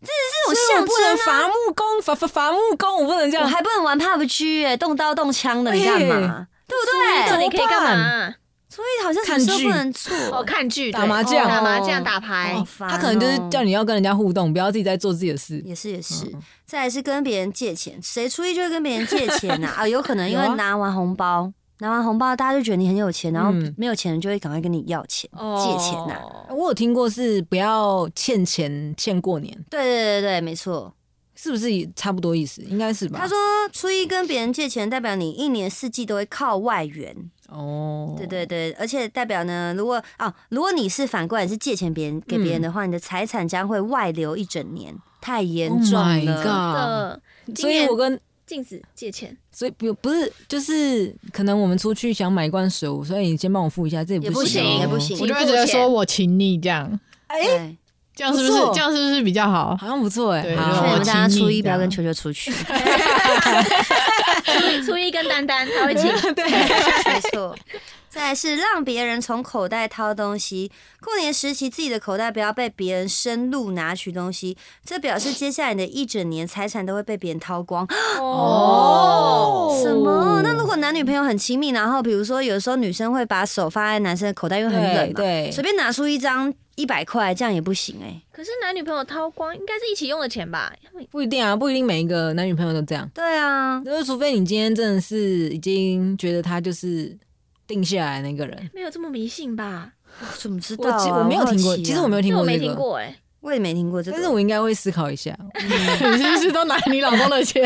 [SPEAKER 1] 这是
[SPEAKER 2] 所以
[SPEAKER 1] 这
[SPEAKER 2] 我
[SPEAKER 1] 种
[SPEAKER 2] 不
[SPEAKER 1] 象
[SPEAKER 2] 能
[SPEAKER 1] 征啊
[SPEAKER 2] 伐木工，伐伐伐木工，我不能这
[SPEAKER 1] 啊，我
[SPEAKER 2] 样。
[SPEAKER 1] 还不能玩 PUBG 哎、动刀动枪的，你干嘛？对不
[SPEAKER 3] 那
[SPEAKER 1] 对？
[SPEAKER 3] 你可以干嘛？
[SPEAKER 1] 所以好像什么时候不能做？
[SPEAKER 3] 哦，看剧、
[SPEAKER 2] 打
[SPEAKER 3] 对
[SPEAKER 2] 麻将
[SPEAKER 3] 打麻
[SPEAKER 1] 哦
[SPEAKER 3] 将、打牌
[SPEAKER 1] 好。烦哦
[SPEAKER 2] 哎他可能就是叫你要跟人家互动，不要自己在做自己的事。
[SPEAKER 1] 也是也是，
[SPEAKER 2] 嗯
[SPEAKER 1] 再来是跟别人借钱，谁初一就会跟别人借钱呐、啊？有可能因
[SPEAKER 2] 有
[SPEAKER 1] 为
[SPEAKER 2] 啊
[SPEAKER 1] 拿完红包，拿完红包大家就觉得你很有钱，然后
[SPEAKER 2] 嗯
[SPEAKER 1] 没有钱人就会赶快跟你要钱、借钱呐、
[SPEAKER 3] 哦
[SPEAKER 2] 我有听过是不要欠钱欠过年，
[SPEAKER 1] 对对对对，没错。
[SPEAKER 2] 是不是也差不多意思？应该是吧？
[SPEAKER 1] 他说初一跟别人借钱，代表你一年四季都会靠外援。
[SPEAKER 2] 哦，
[SPEAKER 1] 对对对，而且代表呢，如果哦，如果你是反过来是借钱别人给别人的话，你的财产将会外流一整年，太严
[SPEAKER 2] Oh
[SPEAKER 1] 重
[SPEAKER 2] my
[SPEAKER 1] 了。
[SPEAKER 3] 的
[SPEAKER 1] 嗯
[SPEAKER 2] ，God！
[SPEAKER 3] 今
[SPEAKER 2] 所以
[SPEAKER 3] 年
[SPEAKER 2] 我跟
[SPEAKER 3] 禁止借钱，
[SPEAKER 2] 所以不不是就是可能我们出去想买一罐水，我说哎你先帮我付一下，这
[SPEAKER 1] 也
[SPEAKER 2] 不
[SPEAKER 1] 不
[SPEAKER 2] 哦
[SPEAKER 1] 行，也不行
[SPEAKER 4] 我。就会
[SPEAKER 3] 请
[SPEAKER 4] 直
[SPEAKER 3] 付
[SPEAKER 4] 接
[SPEAKER 3] 钱
[SPEAKER 4] 说我请你这样，
[SPEAKER 2] 哎，
[SPEAKER 1] 对，
[SPEAKER 4] 这样是不是
[SPEAKER 2] 不错
[SPEAKER 4] 这样是不是比较好？
[SPEAKER 2] 好像不错哎，
[SPEAKER 4] 对
[SPEAKER 1] 所以
[SPEAKER 4] 我
[SPEAKER 1] 我
[SPEAKER 2] 好
[SPEAKER 1] 们
[SPEAKER 2] (laughs)
[SPEAKER 1] 大家
[SPEAKER 4] 请
[SPEAKER 1] 初
[SPEAKER 4] 你
[SPEAKER 1] 一不要
[SPEAKER 4] 的
[SPEAKER 1] 跟球球出去，
[SPEAKER 3] 初一跟丹丹他
[SPEAKER 1] (laughs)
[SPEAKER 3] 会请。
[SPEAKER 1] 没错。 (laughs) 再来是让别人从口袋掏东西，过年时期自己的口袋不要被别人深入拿取东西，这表示接下来的一整年财产都会被别人掏光。
[SPEAKER 2] 哦
[SPEAKER 1] 什么？那如果男女朋友很亲密，然后比如说有时候女生会把手放在男生的口袋，因为很冷
[SPEAKER 2] 对
[SPEAKER 1] 嘛，
[SPEAKER 2] 对，
[SPEAKER 1] 随便拿出一张一百块，这样也不行哎、
[SPEAKER 3] 可是男女朋友掏光，应该是一起用的钱吧？他们
[SPEAKER 2] 不一定啊，不一定每一个男女朋友都这样，
[SPEAKER 1] 对
[SPEAKER 2] (laughs)
[SPEAKER 1] 啊，
[SPEAKER 2] 就是除非你今天真的是已经觉得他就是定下来那个人。
[SPEAKER 3] 没有这么迷信吧？
[SPEAKER 1] 我怎么知
[SPEAKER 2] 我
[SPEAKER 1] 道、啊？
[SPEAKER 2] 其我没有
[SPEAKER 1] 好
[SPEAKER 2] 听过，
[SPEAKER 1] 奇啊
[SPEAKER 2] 其实我没有听
[SPEAKER 3] 这
[SPEAKER 2] 过
[SPEAKER 3] 我
[SPEAKER 2] 这个，
[SPEAKER 3] 没听过哎。
[SPEAKER 1] 我也没听过这个。
[SPEAKER 2] 但是我应该会思考一下。
[SPEAKER 4] 你 (laughs) 是不是都拿你老公的钱？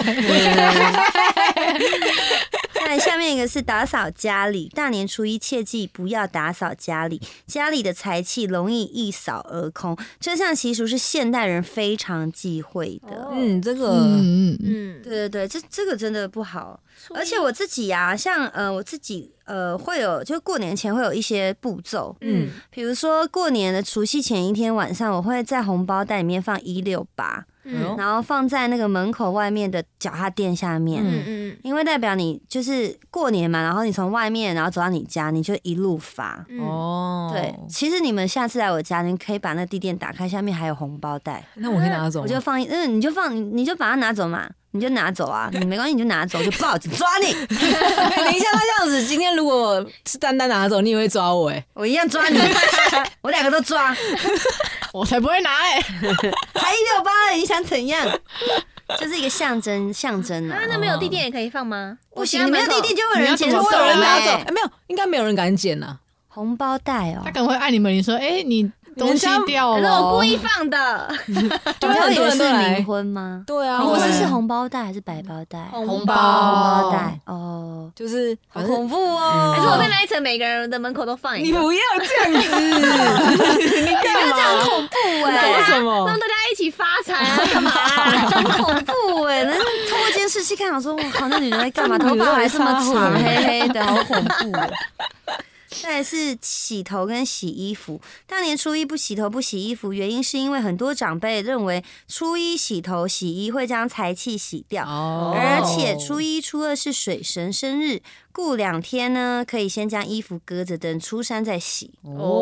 [SPEAKER 1] 那下面一个是打扫家里，大年初一切记不要打扫家里，家里的财气容易一扫而空。这项习俗是现代人非常忌讳的。
[SPEAKER 3] 哦
[SPEAKER 2] 嗯，这个、
[SPEAKER 4] 嗯嗯，
[SPEAKER 3] 嗯，
[SPEAKER 1] 对对对，这这个真的不好。
[SPEAKER 3] 初一
[SPEAKER 1] 而且我自己呀、像呃我自己呃会有，就过年前会有一些步骤，
[SPEAKER 2] 嗯，
[SPEAKER 1] 比如说过年的除夕前一天晚上，我会在红包袋里面放一六八，
[SPEAKER 3] 嗯
[SPEAKER 2] 哦
[SPEAKER 1] 然后放在那个门口外面的脚踏垫下面。
[SPEAKER 2] 嗯
[SPEAKER 3] 嗯
[SPEAKER 1] 因为代表你就是过年嘛，然后你从外面，然后走到你家，你就一路发。
[SPEAKER 3] 嗯哦，
[SPEAKER 2] 哦，
[SPEAKER 1] 对，其实你们下次来我家，你可以把那地垫打开，下面还有红包袋，
[SPEAKER 2] 那我可以拿走吗，
[SPEAKER 1] 我
[SPEAKER 2] (laughs)
[SPEAKER 1] 就放一，嗯，你就放，你你就把它拿走嘛，你就拿走啊，你没关系，你就拿走，就报警抓你，
[SPEAKER 2] 等一下，他这样子，今天如果是丹丹拿走，你也会抓我哎、
[SPEAKER 1] 我一样抓你， (laughs) 我两个都抓，
[SPEAKER 4] 我才不会拿哎，
[SPEAKER 1] 才一六八，你想怎样？就是一个象征象征啊
[SPEAKER 3] 啊，。那没有地垫也可以放吗？
[SPEAKER 1] 不行，你没有地
[SPEAKER 3] 垫
[SPEAKER 1] 垫就会有人捡
[SPEAKER 4] 你
[SPEAKER 1] 走
[SPEAKER 4] 要怎么
[SPEAKER 2] 有人拿走，
[SPEAKER 1] 哎
[SPEAKER 2] 哎、没有，应该没有人敢捡啊呐、
[SPEAKER 1] 红包袋哦
[SPEAKER 4] 他，可能会爱你们，你说哎、你东西
[SPEAKER 2] 人家
[SPEAKER 4] 掉
[SPEAKER 3] 可是
[SPEAKER 4] 了哦，
[SPEAKER 3] 我故意放的，
[SPEAKER 1] 你知道
[SPEAKER 2] 啊
[SPEAKER 1] 有
[SPEAKER 2] 很多
[SPEAKER 1] 人
[SPEAKER 2] 人
[SPEAKER 1] 是
[SPEAKER 2] 都来
[SPEAKER 1] 冥婚吗？
[SPEAKER 2] 对啊，
[SPEAKER 1] 如果是
[SPEAKER 4] 对
[SPEAKER 1] 哦是红包袋还是白包袋？红
[SPEAKER 2] 红
[SPEAKER 4] 包
[SPEAKER 1] 包袋哦，
[SPEAKER 2] 就是
[SPEAKER 1] 好
[SPEAKER 2] 反正嗯
[SPEAKER 1] 恐怖哦！
[SPEAKER 3] 还是我在那一层每个人的门口都放一
[SPEAKER 2] 你
[SPEAKER 3] 个，
[SPEAKER 2] 不要这样子，你干嘛？
[SPEAKER 1] 恐怖哎、 (laughs)
[SPEAKER 2] 搞什么
[SPEAKER 3] 让？大家一起发财啊， (laughs) 干嘛啊？
[SPEAKER 1] 很恐怖哎、能通过监视器看，想说哇靠，那女人在干嘛？头发还这么长，黑黑
[SPEAKER 2] (laughs)
[SPEAKER 1] 的，好恐怖、哦。再来是洗头跟洗衣服。大年初一不洗头不洗衣服，原因是因为很多长辈认为初一洗头洗衣会将财气洗掉，
[SPEAKER 2] 哦
[SPEAKER 1] 而且初一、初二是水神生日，故两天呢可以先将衣服搁着，等初三再洗。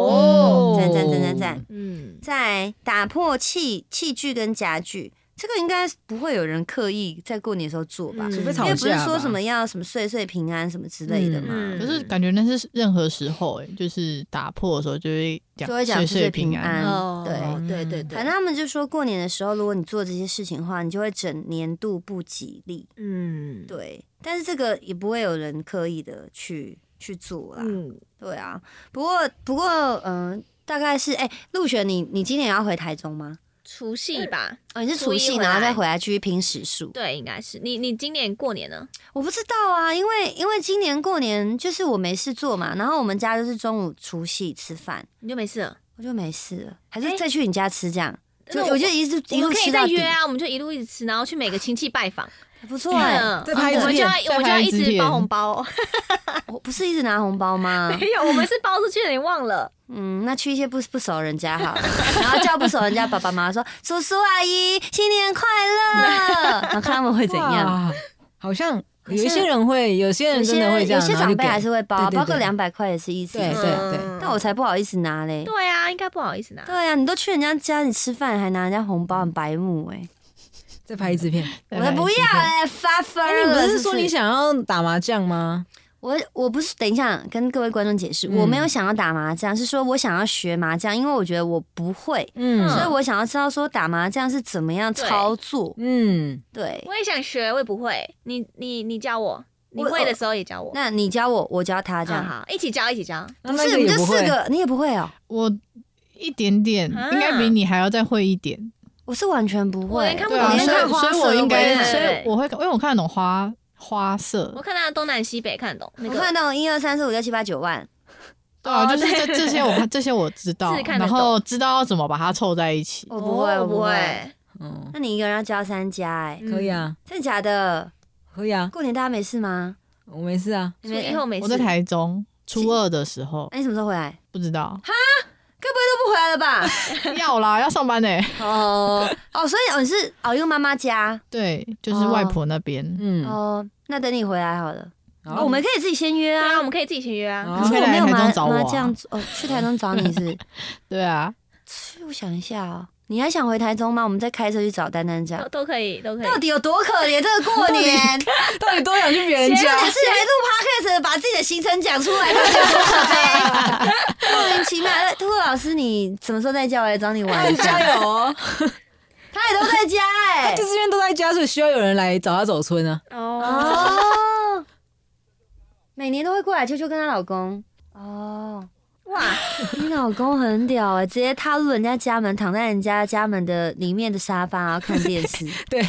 [SPEAKER 2] 哦
[SPEAKER 1] 赞赞赞赞赞！
[SPEAKER 3] 嗯，
[SPEAKER 1] 再打破器器具跟家具，这个应该不会有人刻意在过年的时候做吧？
[SPEAKER 3] 嗯
[SPEAKER 2] 除非
[SPEAKER 1] 因
[SPEAKER 2] 吵
[SPEAKER 1] 为
[SPEAKER 2] 架
[SPEAKER 1] 不是
[SPEAKER 2] 吧
[SPEAKER 1] 说什么要什么岁岁平安什么之类的嘛，
[SPEAKER 3] 嗯
[SPEAKER 4] 可是感觉那是任何时候哎、就是打破的时候就会讲
[SPEAKER 1] 就会讲
[SPEAKER 4] 岁
[SPEAKER 1] 岁岁
[SPEAKER 4] 岁
[SPEAKER 1] 平
[SPEAKER 4] 安。
[SPEAKER 3] 哦
[SPEAKER 1] 对
[SPEAKER 2] 对对
[SPEAKER 1] 反正他们就说过年的时候，如果你做这些事情的话，你就会整年度不吉利。
[SPEAKER 2] 嗯，
[SPEAKER 1] 对，但是这个也不会有人刻意的去去做啦。
[SPEAKER 2] 嗯，
[SPEAKER 1] 对啊，不过不过嗯、大概是哎，陆璇，你你今年也要回台中吗？
[SPEAKER 3] 除夕吧，
[SPEAKER 1] 哦，你是除
[SPEAKER 3] 呃初一
[SPEAKER 1] 夕
[SPEAKER 3] 回
[SPEAKER 1] 然后再
[SPEAKER 3] 来
[SPEAKER 1] 回来继续拼时数。
[SPEAKER 3] 对，应该是你。你今年过年呢？
[SPEAKER 1] 我不知道啊，因为因为今年过年就是我没事做嘛，然后我们家就是中午除夕吃饭，
[SPEAKER 3] 你就没事了？
[SPEAKER 1] 我就没事了，还是
[SPEAKER 3] 哎
[SPEAKER 1] 再去你家吃这样。就
[SPEAKER 3] 那
[SPEAKER 1] 我就一直
[SPEAKER 3] 我
[SPEAKER 1] 一
[SPEAKER 3] 们
[SPEAKER 1] 路
[SPEAKER 3] 可以
[SPEAKER 1] 吃
[SPEAKER 3] 再
[SPEAKER 1] 到底
[SPEAKER 3] 约，啊，我们就一路一直吃，然后去每个亲戚拜访。
[SPEAKER 1] 不错哎、
[SPEAKER 2] (laughs)
[SPEAKER 3] 嗯
[SPEAKER 2] 再拍一
[SPEAKER 3] 我
[SPEAKER 2] 支
[SPEAKER 3] 们就
[SPEAKER 2] 片
[SPEAKER 3] 要，我们就要一直包
[SPEAKER 1] (laughs)
[SPEAKER 3] 红包。
[SPEAKER 1] 我不是一直拿红包吗？
[SPEAKER 3] 没有，我们是包出去的，你忘了？
[SPEAKER 1] 嗯，那去一些不不熟人家好了，然后叫不熟人家爸爸妈妈说叔叔阿姨新年快
[SPEAKER 2] (laughs)
[SPEAKER 1] 乐，然后看他们会怎样。
[SPEAKER 2] 哇？好像有一些人会，有些
[SPEAKER 1] 有
[SPEAKER 2] 人真
[SPEAKER 1] 些
[SPEAKER 2] 的会这样，
[SPEAKER 1] 有些
[SPEAKER 2] 然后
[SPEAKER 1] 长
[SPEAKER 2] 就
[SPEAKER 1] 辈
[SPEAKER 2] 给
[SPEAKER 1] 还是会包啊，
[SPEAKER 2] 对对
[SPEAKER 1] 包个
[SPEAKER 2] 对
[SPEAKER 1] 两百块也是一次。
[SPEAKER 2] 对对
[SPEAKER 3] 嗯
[SPEAKER 1] 但我才不好意思拿嘞。
[SPEAKER 3] 对啊，应该不好意思拿。
[SPEAKER 1] 对呀、啊，你都去人家家里吃饭，还拿人家红包，很白目哎、
[SPEAKER 2] 再拍一支片。
[SPEAKER 4] 再
[SPEAKER 1] 我
[SPEAKER 4] 来
[SPEAKER 1] 才
[SPEAKER 4] 一
[SPEAKER 1] 不
[SPEAKER 4] 次
[SPEAKER 1] 要哎、发疯
[SPEAKER 2] 哎，你
[SPEAKER 1] 了！
[SPEAKER 2] 不
[SPEAKER 1] 是
[SPEAKER 2] 是说你想要打麻将吗？
[SPEAKER 1] 我我不是等一下跟各位观众解释，
[SPEAKER 2] 嗯
[SPEAKER 1] 我没有想要打麻将，是说我想要学麻将，因为我觉得我不会，
[SPEAKER 2] 嗯
[SPEAKER 1] 所以我想要知道说打麻将是怎么样操作。
[SPEAKER 2] 嗯，
[SPEAKER 1] 对，
[SPEAKER 3] 我也想学，我也不会。你你你教我，你
[SPEAKER 1] 我哦
[SPEAKER 3] 会的时候也教我。
[SPEAKER 1] 那你教我，我教他
[SPEAKER 3] 好
[SPEAKER 1] 这样。
[SPEAKER 3] 啊好，一起教，一起教。
[SPEAKER 2] 那
[SPEAKER 1] 不
[SPEAKER 2] 那
[SPEAKER 1] 是，
[SPEAKER 2] 个
[SPEAKER 1] 我们
[SPEAKER 2] 也
[SPEAKER 1] 就
[SPEAKER 2] 不
[SPEAKER 1] 四
[SPEAKER 2] 会。
[SPEAKER 1] 个，你也不会哦、
[SPEAKER 4] 我一点点，
[SPEAKER 3] 啊
[SPEAKER 4] 应该比你还要再会一点。
[SPEAKER 1] 我是完全不
[SPEAKER 3] 我
[SPEAKER 1] 会
[SPEAKER 3] 连。看不
[SPEAKER 4] 对
[SPEAKER 3] 懂，
[SPEAKER 4] 啊，
[SPEAKER 1] 连
[SPEAKER 4] 所
[SPEAKER 1] 看
[SPEAKER 4] 以
[SPEAKER 1] 花
[SPEAKER 4] 所以
[SPEAKER 1] 色都
[SPEAKER 4] 我应
[SPEAKER 1] 不
[SPEAKER 4] 该，
[SPEAKER 1] 会
[SPEAKER 4] 所
[SPEAKER 3] 对
[SPEAKER 4] 以我会，因为我看得懂花花色
[SPEAKER 3] 我，看到东南西北看得懂，那
[SPEAKER 1] 嗯我
[SPEAKER 3] 个
[SPEAKER 1] 看到一二三四五六七八九万，
[SPEAKER 4] 对啊，
[SPEAKER 3] 哦
[SPEAKER 4] 就是
[SPEAKER 3] 对
[SPEAKER 4] 这这些我这些我
[SPEAKER 3] (laughs)
[SPEAKER 4] 知道
[SPEAKER 3] 是，看得
[SPEAKER 4] 然后知道要怎么把它凑在一起。
[SPEAKER 1] 我不会，
[SPEAKER 3] 哦
[SPEAKER 1] 我不
[SPEAKER 3] 不
[SPEAKER 1] 会。
[SPEAKER 3] 会。
[SPEAKER 2] 嗯，
[SPEAKER 1] 那你一个人要教三家哎、
[SPEAKER 2] 可以啊，
[SPEAKER 1] 真的假的？
[SPEAKER 2] 可以啊，
[SPEAKER 1] 过年大家没事吗？
[SPEAKER 2] 我没事啊。
[SPEAKER 1] 你
[SPEAKER 3] 初
[SPEAKER 1] 们
[SPEAKER 3] 嗯一后没事。
[SPEAKER 4] 我在台中初二的时候
[SPEAKER 1] 那、你什么时候回来？
[SPEAKER 4] 不知道，
[SPEAKER 1] 都不回来了吧？
[SPEAKER 4] 要啦，要上班欸呢。
[SPEAKER 1] (laughs) 哦哦，所以哦你是哦一个妈妈家
[SPEAKER 4] (laughs) 对，就是
[SPEAKER 1] 哦
[SPEAKER 4] 外婆那边。
[SPEAKER 2] 嗯，
[SPEAKER 1] 哦，那等你回来好了，
[SPEAKER 2] 好
[SPEAKER 1] 哦我们可以自己先约
[SPEAKER 3] 对啊，
[SPEAKER 1] 啊
[SPEAKER 3] 我。们可以自己去约啊。
[SPEAKER 2] 好
[SPEAKER 1] 可是
[SPEAKER 4] 可以
[SPEAKER 1] 我
[SPEAKER 4] 来
[SPEAKER 1] 没有
[SPEAKER 4] 哦台中
[SPEAKER 1] 麻
[SPEAKER 4] 找我
[SPEAKER 1] 麻
[SPEAKER 4] 啊
[SPEAKER 1] 将桌哦，去台中找你
[SPEAKER 4] (laughs)
[SPEAKER 1] 是？
[SPEAKER 4] 对啊，
[SPEAKER 1] 去我想一下哦，你还想回台中吗？我们再开车去找丹丹家
[SPEAKER 3] 都。都可以，都可以
[SPEAKER 1] 到。底有多可怜？这个过年，而
[SPEAKER 2] 到底多想去别人
[SPEAKER 1] 且是
[SPEAKER 2] 家？
[SPEAKER 1] 来录 podcast，把自己的行程讲出来，到底有多可悲？ (laughs) 莫名其妙。哎兔兔老师，你什么时候再叫我来找你玩一下？
[SPEAKER 2] (laughs) 加油
[SPEAKER 1] (laughs)
[SPEAKER 2] 哦！
[SPEAKER 1] 他也都在家 (laughs) 哎、
[SPEAKER 2] 就是因为都在家，所以需要有人来找他走村啊。
[SPEAKER 3] 哦，
[SPEAKER 1] 哦，每年都会过来，秋秋跟她老公。哦，
[SPEAKER 3] 哇，
[SPEAKER 1] 你老公很屌哎、直接踏入人家家门，躺在人家家门的里面的沙发，然后看电视。
[SPEAKER 2] (laughs) 对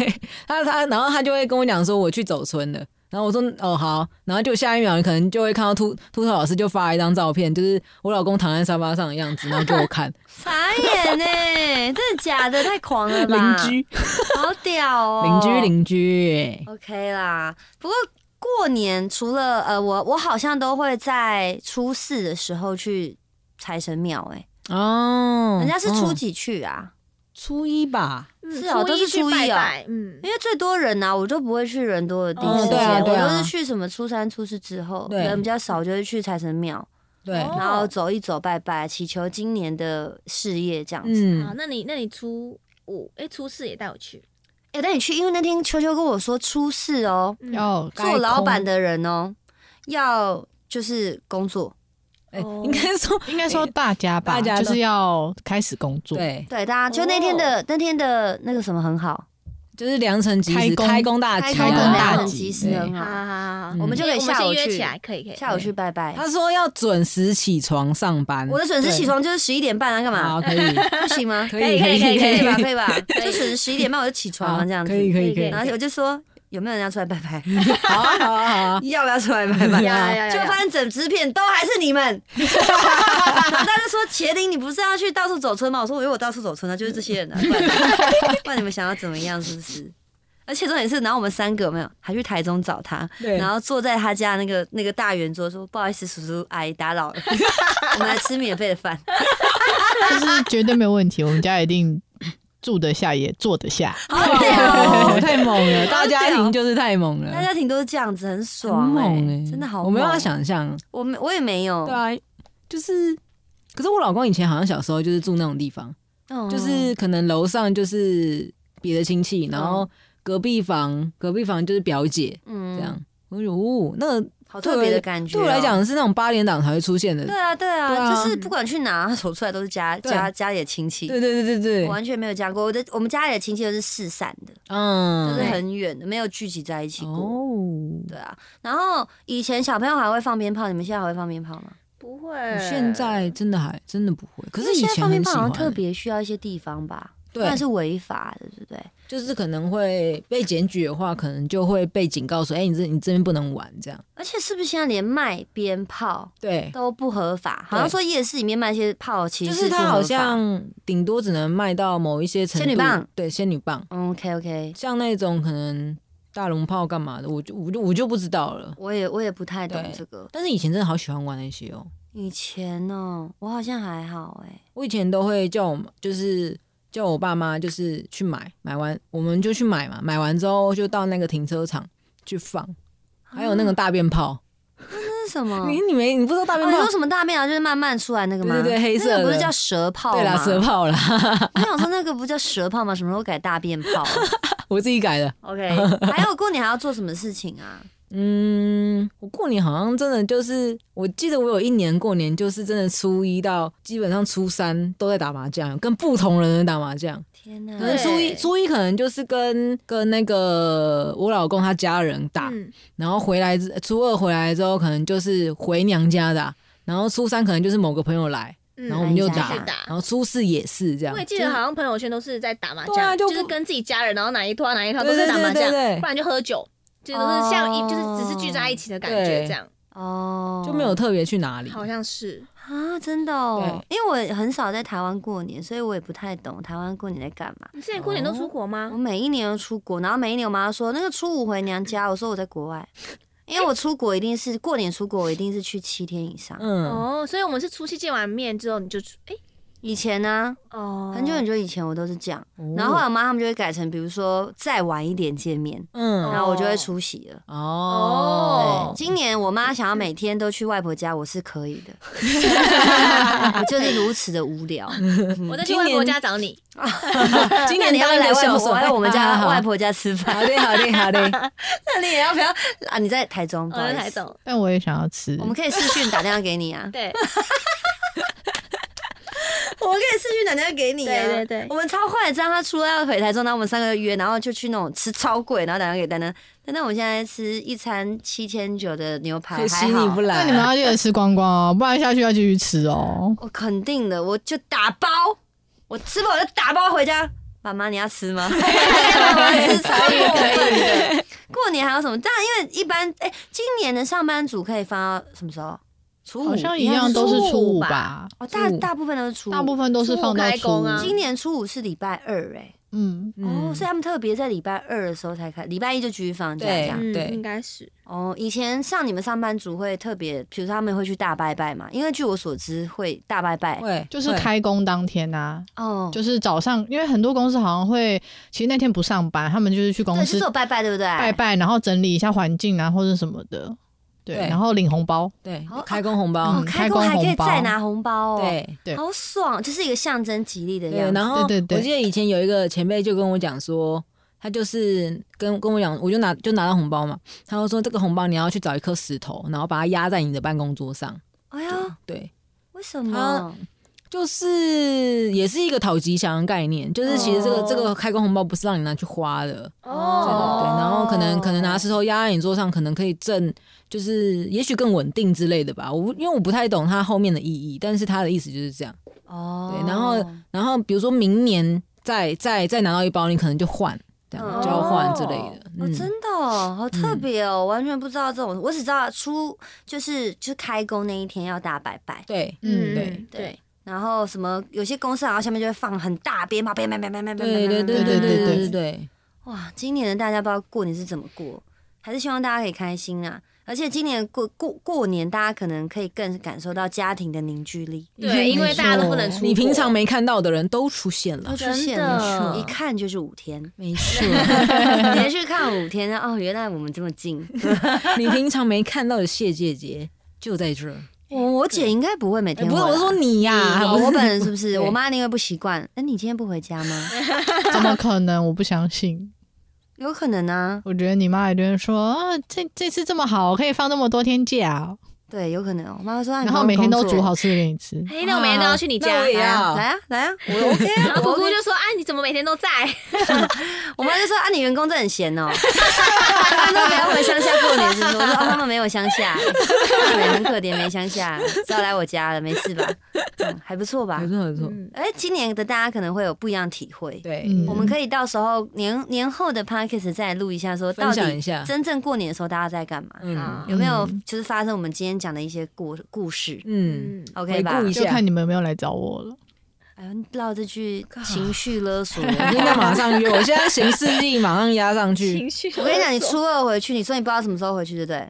[SPEAKER 2] 他他，然后他就会跟我讲说我去走村了。然后我说哦好，然后就下一秒你可能就会看到秃秃头老师就发一张照片，就是我老公躺在沙发上的样子，然后给我看
[SPEAKER 1] (laughs) 傻眼呢、欸真的假的？太狂了
[SPEAKER 2] 邻
[SPEAKER 1] 吧！
[SPEAKER 2] 居
[SPEAKER 1] 好屌哦、
[SPEAKER 2] 邻居邻居哎，
[SPEAKER 1] OK 啦，不过过年除了呃，我我好像都会在初四的时候去财神庙哎、
[SPEAKER 2] 哦，
[SPEAKER 1] 人家是初
[SPEAKER 2] 哦
[SPEAKER 1] 几去啊？
[SPEAKER 2] 初一吧，
[SPEAKER 3] 嗯
[SPEAKER 1] 是哦都是
[SPEAKER 3] 去
[SPEAKER 2] 啊
[SPEAKER 1] 初一
[SPEAKER 3] 拜
[SPEAKER 1] 哦
[SPEAKER 3] 拜嗯，
[SPEAKER 1] 因为最多人呐、啊，我就不会去人多的地
[SPEAKER 3] 哦
[SPEAKER 1] 时间，
[SPEAKER 3] 对啊
[SPEAKER 2] 对啊
[SPEAKER 1] 我都是去什么初三、初四之后，
[SPEAKER 2] 对
[SPEAKER 1] 人比较少，就会去财神庙，
[SPEAKER 2] 对，
[SPEAKER 3] 哦
[SPEAKER 1] 然后走一走、拜拜，祈求今年的事业这样子。
[SPEAKER 3] 好，
[SPEAKER 2] 嗯，
[SPEAKER 3] 那你那你初五哎，初四也带我去，
[SPEAKER 1] 哎、带你去，因为那天秋秋跟我说初四哦，
[SPEAKER 3] 嗯
[SPEAKER 4] 要
[SPEAKER 2] 该
[SPEAKER 1] 做老板
[SPEAKER 2] 空
[SPEAKER 1] 的人哦，要就是工作，
[SPEAKER 2] 哎
[SPEAKER 3] 哦
[SPEAKER 2] 应该
[SPEAKER 4] (laughs)
[SPEAKER 2] 说
[SPEAKER 4] 应该说大家吧，
[SPEAKER 2] 大家都
[SPEAKER 4] 就是要开始工作。
[SPEAKER 2] 对哦
[SPEAKER 1] 对，大家就那天的、那天的那个什么很好，
[SPEAKER 2] 就是良辰吉
[SPEAKER 4] 开
[SPEAKER 2] 时，
[SPEAKER 4] 工
[SPEAKER 2] 开工大吉啊，
[SPEAKER 4] 开工大
[SPEAKER 1] 吉
[SPEAKER 4] 吉
[SPEAKER 1] 时很
[SPEAKER 3] 好
[SPEAKER 1] 好。
[SPEAKER 3] 好好好，
[SPEAKER 2] 嗯
[SPEAKER 1] 我们就可以
[SPEAKER 3] 我们
[SPEAKER 1] 下午
[SPEAKER 3] 先约
[SPEAKER 1] 去
[SPEAKER 3] 起来，可以可以。
[SPEAKER 1] 下午去拜拜。
[SPEAKER 2] 他说要准时起床上班，
[SPEAKER 1] 我的准时
[SPEAKER 2] 对
[SPEAKER 1] 起床就是十一点半啊，干
[SPEAKER 2] 好
[SPEAKER 1] 嘛？
[SPEAKER 2] 可以，
[SPEAKER 1] 不行吗？
[SPEAKER 2] 可
[SPEAKER 3] 可以
[SPEAKER 2] 以，
[SPEAKER 3] 可以
[SPEAKER 2] 以，
[SPEAKER 1] 可
[SPEAKER 3] 可
[SPEAKER 1] 以
[SPEAKER 2] 以
[SPEAKER 1] 吧，可
[SPEAKER 2] 以
[SPEAKER 1] 以 (laughs) 吧，就准时十一点半我就起床
[SPEAKER 2] 好
[SPEAKER 1] 了，这样子。
[SPEAKER 2] 可以，可以，可以，
[SPEAKER 1] 然后我就说有没有人要出来拜拜？
[SPEAKER 2] 好啊，好啊，好啊，
[SPEAKER 1] 要不要出来拜拜？
[SPEAKER 2] (laughs)
[SPEAKER 3] 呀呀呀
[SPEAKER 1] 就发现整支片都还是你们。他就说：“茄林，你不是要去到处走村吗？”我说：“我以为我到处走村啊，就是这些人啊，不然 (laughs) 不然你们想要怎么样？是不是？”而且重点是，然后我们三个有没有还去台中找他，
[SPEAKER 2] 对
[SPEAKER 1] 然后坐在他家那个那个大圆桌说：“不好意思，叔叔阿姨打扰了，我们来吃免费的饭。
[SPEAKER 4] 就是绝对没有问题，我们家一定住得下也坐得下。
[SPEAKER 1] 好
[SPEAKER 2] (laughs)
[SPEAKER 1] 屌 (laughs) 哦
[SPEAKER 2] 哦，太猛了，大家庭就是太猛”
[SPEAKER 1] 大
[SPEAKER 2] 了，
[SPEAKER 1] 家庭都是这样子，很
[SPEAKER 2] 很
[SPEAKER 1] 爽哎、
[SPEAKER 2] 猛哎，
[SPEAKER 1] 真的好猛。
[SPEAKER 2] 我没有办法，想象，
[SPEAKER 1] 我没我也没有，
[SPEAKER 2] 对啊，就是，可是我老公以前好像小时候就是住那种地方，
[SPEAKER 1] 嗯
[SPEAKER 2] 就是可能楼上就是别的亲戚，然后隔壁房隔壁房就是表姐
[SPEAKER 1] 嗯
[SPEAKER 2] 这样，我就觉得哦，那个
[SPEAKER 1] 好特别的感觉、哦
[SPEAKER 2] 对我来，讲是那种八连档才会出现的，
[SPEAKER 1] 对啊，对
[SPEAKER 2] 对
[SPEAKER 1] 啊，
[SPEAKER 2] 啊
[SPEAKER 1] 就是不管去哪，走出来都是家
[SPEAKER 2] 对
[SPEAKER 1] 家家里的亲戚。
[SPEAKER 2] 对对对对
[SPEAKER 1] 我
[SPEAKER 2] 对，
[SPEAKER 1] 完全没有加过，我的我们家里的亲戚都是四散的，
[SPEAKER 2] 嗯，
[SPEAKER 1] 就是很远的，没有聚集在一起过。
[SPEAKER 2] 哦，
[SPEAKER 1] 对啊，然后以前小朋友还会放鞭炮，你们现在还会放鞭炮吗？
[SPEAKER 3] 不会，
[SPEAKER 2] 现在真的还真的不会，可是以
[SPEAKER 1] 因为现在
[SPEAKER 2] 前
[SPEAKER 1] 放鞭
[SPEAKER 2] 很
[SPEAKER 1] 炮
[SPEAKER 2] 喜
[SPEAKER 1] 好
[SPEAKER 2] 欢欸
[SPEAKER 1] 像，特别需要一些地方吧，不
[SPEAKER 2] 对
[SPEAKER 1] 然，是违法的，对不对？
[SPEAKER 2] 就是可能会被检举的话，可能就会被警告说，哎、你这你这边不能玩这样。
[SPEAKER 1] 而且是不是现在连卖鞭炮
[SPEAKER 2] 对，
[SPEAKER 1] 都不合法？好像
[SPEAKER 2] 对
[SPEAKER 1] 说夜市里面卖一些炮，其
[SPEAKER 2] 就
[SPEAKER 1] 实
[SPEAKER 2] 是
[SPEAKER 1] 不
[SPEAKER 2] 它好
[SPEAKER 1] 合法
[SPEAKER 2] 像顶多只能卖到某一些程度。
[SPEAKER 1] 仙女棒，
[SPEAKER 2] 对，仙女棒，
[SPEAKER 1] OK OK，
[SPEAKER 2] 像那种可能大龙炮干嘛的，我就我就我就不知道了。
[SPEAKER 1] 我也我也不太懂
[SPEAKER 2] 对
[SPEAKER 1] 这个。
[SPEAKER 2] 但是以前真的好喜欢玩那些哦，
[SPEAKER 1] 以前哦，我好像还好哎、
[SPEAKER 2] 我以前都会叫我就是。叫我爸妈就是去买，买完我们就去买嘛，买完之后就到那个停车场去放，还有那个大便炮，
[SPEAKER 1] 那啊是什么？
[SPEAKER 2] 你你没你不知道大便
[SPEAKER 1] 嗯哦、你
[SPEAKER 2] 炮
[SPEAKER 1] 说？什么大便啊？就是慢慢出来那个吗？
[SPEAKER 2] 对对对黑色的
[SPEAKER 1] 那个不是叫蛇炮吗？
[SPEAKER 2] 对啦，蛇。炮啦，
[SPEAKER 1] 我想说那个不叫蛇炮吗？什么时候改大便炮啊、
[SPEAKER 2] (laughs) 我自己改的。
[SPEAKER 3] OK，
[SPEAKER 1] 还有过年还要做什么事情啊？
[SPEAKER 2] 嗯，我过年好像真的就是，我记得我有一年过年就是真的初一到基本上初三都在打麻将，跟不同人打麻将。
[SPEAKER 1] 天哪！
[SPEAKER 2] 可能初一
[SPEAKER 3] 对
[SPEAKER 2] 初一可能就是跟跟那个我老公他家人打，
[SPEAKER 3] 嗯
[SPEAKER 2] 然后回来之初二回来之后可能就是回娘家打，然后初三可能就是某个朋友来，
[SPEAKER 3] 嗯
[SPEAKER 2] 然后我们就
[SPEAKER 1] 来你家
[SPEAKER 2] 打，
[SPEAKER 3] 打
[SPEAKER 2] 然后初四也是这样。
[SPEAKER 3] 我也记
[SPEAKER 2] 就
[SPEAKER 3] 得
[SPEAKER 2] 是
[SPEAKER 3] 好像朋友圈都是在打麻
[SPEAKER 2] 对啊
[SPEAKER 3] 将，
[SPEAKER 2] 就
[SPEAKER 3] 就
[SPEAKER 2] 不
[SPEAKER 3] 是跟自己家人，然后哪一拖哪一套都
[SPEAKER 2] 对
[SPEAKER 3] 是
[SPEAKER 2] 对
[SPEAKER 3] 打麻
[SPEAKER 2] 对对
[SPEAKER 3] 将，
[SPEAKER 2] 对
[SPEAKER 3] 不，然就喝酒，就是像一就是只是聚在一起的感觉
[SPEAKER 2] 对
[SPEAKER 3] 这样，
[SPEAKER 1] 哦，
[SPEAKER 2] 就没有特别去哪里。
[SPEAKER 3] 好像是
[SPEAKER 1] 啊，真的哦，因为我很少在台湾过年，所以我也不太懂台湾过年在干嘛。
[SPEAKER 3] 你之前过年都
[SPEAKER 1] 哦
[SPEAKER 3] 出国
[SPEAKER 2] 啊
[SPEAKER 3] 吗
[SPEAKER 1] 我？每一年都出国，然后每一年我妈说那个初五回娘家，我说我在国外，因为我出国一定是过年出国，我一定是去七天以上。
[SPEAKER 2] 嗯，
[SPEAKER 3] 哦，所以我们是初七见完面之后你就出，哎
[SPEAKER 1] 以前呢、
[SPEAKER 3] 哦，
[SPEAKER 1] 很久很久以前我都是这样，
[SPEAKER 2] 哦
[SPEAKER 1] 然后后来我妈他们就会改成，比如说再晚一点见面，然
[SPEAKER 2] 嗯
[SPEAKER 1] 后我就会出席了。
[SPEAKER 2] 哦
[SPEAKER 3] 哦，
[SPEAKER 1] 今年我妈想要每天都去外婆家，我是可
[SPEAKER 2] (laughs)
[SPEAKER 1] 以的，我就是如此的无聊。
[SPEAKER 3] 我再去外婆家找你，
[SPEAKER 1] 嗯那
[SPEAKER 2] 今年
[SPEAKER 1] 你要
[SPEAKER 2] 当一
[SPEAKER 1] 来
[SPEAKER 2] 个
[SPEAKER 1] 外
[SPEAKER 2] 孝
[SPEAKER 1] 婆，
[SPEAKER 2] 顺，
[SPEAKER 1] 来我
[SPEAKER 2] (laughs)
[SPEAKER 1] 们
[SPEAKER 2] 哎
[SPEAKER 1] 家
[SPEAKER 2] 好
[SPEAKER 1] 外婆家吃饭， (laughs)
[SPEAKER 2] 好的，好的，好的。
[SPEAKER 1] 那你也要不要啊？你在台中，
[SPEAKER 3] 我
[SPEAKER 1] 不好
[SPEAKER 3] 哦在
[SPEAKER 1] 意
[SPEAKER 2] 哦
[SPEAKER 3] 台
[SPEAKER 1] 思，
[SPEAKER 3] 中，，
[SPEAKER 4] 但我也想要吃
[SPEAKER 1] 我，们可以视讯打电话给你啊
[SPEAKER 3] 对，
[SPEAKER 1] (laughs) 我可以视讯打电话给你
[SPEAKER 3] 啊对对对
[SPEAKER 1] 我们超坏，知道他出来要回台中，然后我们三个就约，然后就去那种吃超贵，然后打电话给丹丹，丹丹，我们现在吃一餐七千九的牛排，
[SPEAKER 2] (laughs) 可惜
[SPEAKER 1] 还好
[SPEAKER 2] 你不来。啊
[SPEAKER 4] 那你们要记得吃光光哦，不然下去要继续吃哦。
[SPEAKER 1] 我肯定的，我就打包，我吃饱我就打包回家。妈妈，你要吃
[SPEAKER 4] (laughs)
[SPEAKER 1] 吗？我要吃才过分的。过年还有什么？当然，因为一般哎、今年的上班族可以放到什么时候？初五
[SPEAKER 4] 好像一样都是初五吧，
[SPEAKER 1] 哦，大
[SPEAKER 2] 初五
[SPEAKER 1] 大部分都是初五。
[SPEAKER 4] 大部分都是放
[SPEAKER 3] 初
[SPEAKER 4] 到
[SPEAKER 3] 五开
[SPEAKER 4] 初
[SPEAKER 3] 工
[SPEAKER 4] 五。
[SPEAKER 3] 啊
[SPEAKER 1] 今年初五是礼拜二哎、
[SPEAKER 4] 嗯，
[SPEAKER 1] 哦，所以他们特别在礼拜二的时候才开，礼拜一就继续放假这
[SPEAKER 2] 对
[SPEAKER 1] 样。
[SPEAKER 3] 嗯，
[SPEAKER 2] 对
[SPEAKER 3] 应该是
[SPEAKER 1] 哦，以前像你们上班族会特别，比如说他们会去大拜拜嘛，因为据我所知会大拜拜。
[SPEAKER 2] 会
[SPEAKER 4] 就是开工当天啊，
[SPEAKER 1] 哦，
[SPEAKER 4] 就是早上，因为很多公司好像会，其实那天不上班，他们就是去公
[SPEAKER 1] 对，就是
[SPEAKER 4] 司
[SPEAKER 1] 有拜拜，对不对？
[SPEAKER 4] 拜拜，然后整理一下环境啊，或者什么的。对，
[SPEAKER 2] 对
[SPEAKER 4] 然后领红包，
[SPEAKER 2] 对
[SPEAKER 1] 哦
[SPEAKER 2] 开工红包
[SPEAKER 1] 哦，
[SPEAKER 4] 嗯，
[SPEAKER 1] 开
[SPEAKER 4] 开
[SPEAKER 1] 工
[SPEAKER 4] 工
[SPEAKER 1] 还可以
[SPEAKER 4] 红包
[SPEAKER 1] 再拿红包哦，，
[SPEAKER 2] 对
[SPEAKER 4] 对
[SPEAKER 1] 好爽，就是一个象征吉利的样
[SPEAKER 2] 对。
[SPEAKER 1] 子。
[SPEAKER 2] 然后
[SPEAKER 4] 对对对
[SPEAKER 2] 我记得以前有一个前辈就跟我讲说，他就是跟跟我讲，我就拿就拿到红包嘛，他就说这个红包你要去找一颗石头，然后把它压在你的办公桌上。
[SPEAKER 1] 哎呀，
[SPEAKER 2] 对，
[SPEAKER 1] 为什么？
[SPEAKER 2] 就是也是一个讨吉祥的概念，就是其实这个、
[SPEAKER 3] 哦
[SPEAKER 2] 这个开工红包不是让你拿去花的，对
[SPEAKER 3] 哦，
[SPEAKER 2] 对，然后可能可能拿石头压在你桌上，可能可以挣，就是也许更稳定之类的吧。我不因为我不太懂它后面的意义，但是它的意思就是这样。
[SPEAKER 1] 哦
[SPEAKER 2] 对然后然后比如说明年再再再拿到一包，你可能就换，这样
[SPEAKER 3] 哦
[SPEAKER 1] 嗯
[SPEAKER 2] 交换之类的。
[SPEAKER 1] 哦，
[SPEAKER 2] 嗯
[SPEAKER 1] 真的哦、好特别哦，完全不知道这种，我只知道初就是就是开工那一天要大拜拜，
[SPEAKER 2] 对
[SPEAKER 4] 嗯
[SPEAKER 2] 对
[SPEAKER 1] 对，然后什么有些公司好像下面就会放很大鞭炮，鞭鞭鞭鞭鞭鞭，
[SPEAKER 2] 对对对对
[SPEAKER 4] 对
[SPEAKER 2] 对
[SPEAKER 4] 对
[SPEAKER 2] 对
[SPEAKER 4] 对
[SPEAKER 2] 对对，
[SPEAKER 1] 哇，今年的大家不知道过年是怎么过，还是希望大家可以开心啊。而且今年过过过年，大家可能可以更感受到家庭的凝聚力，
[SPEAKER 3] 对，因为大家都不能出国，
[SPEAKER 2] 你平常没看到的人都出现
[SPEAKER 1] (laughs)
[SPEAKER 2] 了，
[SPEAKER 1] 都，出现
[SPEAKER 3] 真
[SPEAKER 1] 了，
[SPEAKER 3] 的
[SPEAKER 1] 一看就是五天 (laughs)
[SPEAKER 2] 没错。
[SPEAKER 1] 连续看五天，哦，原来我们这么近。
[SPEAKER 2] 你平常没看到的谢姐姐就在这儿。
[SPEAKER 1] (laughs) 我我姐应该不会每
[SPEAKER 2] 哎
[SPEAKER 1] 天
[SPEAKER 2] 不
[SPEAKER 1] 回
[SPEAKER 2] 是，
[SPEAKER 1] 来、
[SPEAKER 2] 我是说你呀，
[SPEAKER 1] 哦
[SPEAKER 2] 不是 (laughs)
[SPEAKER 1] 我本人是不是？
[SPEAKER 2] 对
[SPEAKER 1] 我妈因为不习惯。那你今天不回家 (laughs) 吗？
[SPEAKER 4] 怎么可能？我不相信。
[SPEAKER 1] 有可能啊，
[SPEAKER 4] 我觉得你妈一定会说啊，这这次这么好，可以放那么多天假哦、
[SPEAKER 1] 对，有可能。我妈说，啊
[SPEAKER 4] 然后每天都煮。
[SPEAKER 1] 你不用工作
[SPEAKER 4] 好吃的给你吃。
[SPEAKER 3] 哎，那我每天都要去你
[SPEAKER 2] 那
[SPEAKER 3] 家
[SPEAKER 2] 我。也
[SPEAKER 1] 来
[SPEAKER 2] 要
[SPEAKER 1] 啊来啊来啊，我 OK 啊
[SPEAKER 3] 然后
[SPEAKER 1] 我
[SPEAKER 3] 姑姑
[SPEAKER 1] OK
[SPEAKER 3] 就说：“啊，你怎么每天都在？
[SPEAKER 1] 我妈就说啊，你员工真的很闲哦，他们都给他回乡下过年是不是？我说、哦、他们没有乡下，他们很可怜，没乡下，只好来我家了，没事吧？嗯，还不错吧
[SPEAKER 2] 没？错没错，
[SPEAKER 3] 嗯
[SPEAKER 1] 哎、今年的大家可能会有不一样体会。
[SPEAKER 2] 对，
[SPEAKER 4] 嗯
[SPEAKER 1] 我们可以到时候年年后的 p o d c a s t 再录一下，说到
[SPEAKER 2] 分享
[SPEAKER 1] 底
[SPEAKER 2] 一下，
[SPEAKER 1] 真正过年的时候大家在干嘛？
[SPEAKER 2] 嗯
[SPEAKER 3] 好
[SPEAKER 1] 有没有
[SPEAKER 4] 嗯
[SPEAKER 1] 就是发生我们今天讲的一些故故事
[SPEAKER 2] 嗯，
[SPEAKER 1] ？OK
[SPEAKER 2] 回
[SPEAKER 1] 吧
[SPEAKER 2] 顾？一
[SPEAKER 4] 就
[SPEAKER 2] 下
[SPEAKER 4] 看，你们有没有来找我了。
[SPEAKER 1] 哎呦，唠这句情绪勒索，
[SPEAKER 2] 我应该马上约，我现在行事历马上压上去，
[SPEAKER 3] 情绪勒索。”
[SPEAKER 1] 我跟
[SPEAKER 2] (laughs)
[SPEAKER 1] 你讲，你初二回去，你说你不知道什么时候回去，对不对？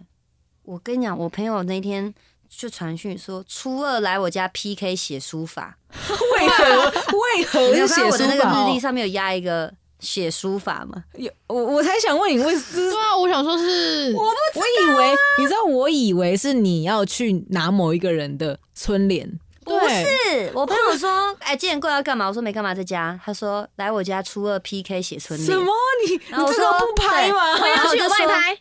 [SPEAKER 1] 我跟你讲，我朋友那天就传讯说，初二来我家 PK 写书法。
[SPEAKER 2] 为何为何
[SPEAKER 1] 你没
[SPEAKER 2] 哦是
[SPEAKER 1] 有看到我的
[SPEAKER 2] 写书
[SPEAKER 1] 那个
[SPEAKER 2] 法
[SPEAKER 1] 日历
[SPEAKER 2] 哦？
[SPEAKER 1] 上面有压一个写书法吗？
[SPEAKER 2] 有我我才想问你，为这
[SPEAKER 4] 对
[SPEAKER 2] 是
[SPEAKER 4] 啊，我想说是，
[SPEAKER 2] 我以为
[SPEAKER 1] 啊
[SPEAKER 2] 你知道，我以为是你要去拿某一个人的春联，
[SPEAKER 1] 不
[SPEAKER 4] 对，
[SPEAKER 1] 是，我朋友说，哎，今年过来要干嘛？我说没干嘛，在家。他说来我家初二 PK 写春
[SPEAKER 2] 什
[SPEAKER 1] 联
[SPEAKER 2] 么。？你你
[SPEAKER 1] 然后我
[SPEAKER 2] 这个
[SPEAKER 1] 说
[SPEAKER 2] 不拍吗？
[SPEAKER 3] 我
[SPEAKER 1] 然后
[SPEAKER 3] 要
[SPEAKER 1] 我
[SPEAKER 3] 去
[SPEAKER 1] 就
[SPEAKER 3] 外
[SPEAKER 1] 说
[SPEAKER 3] 拍，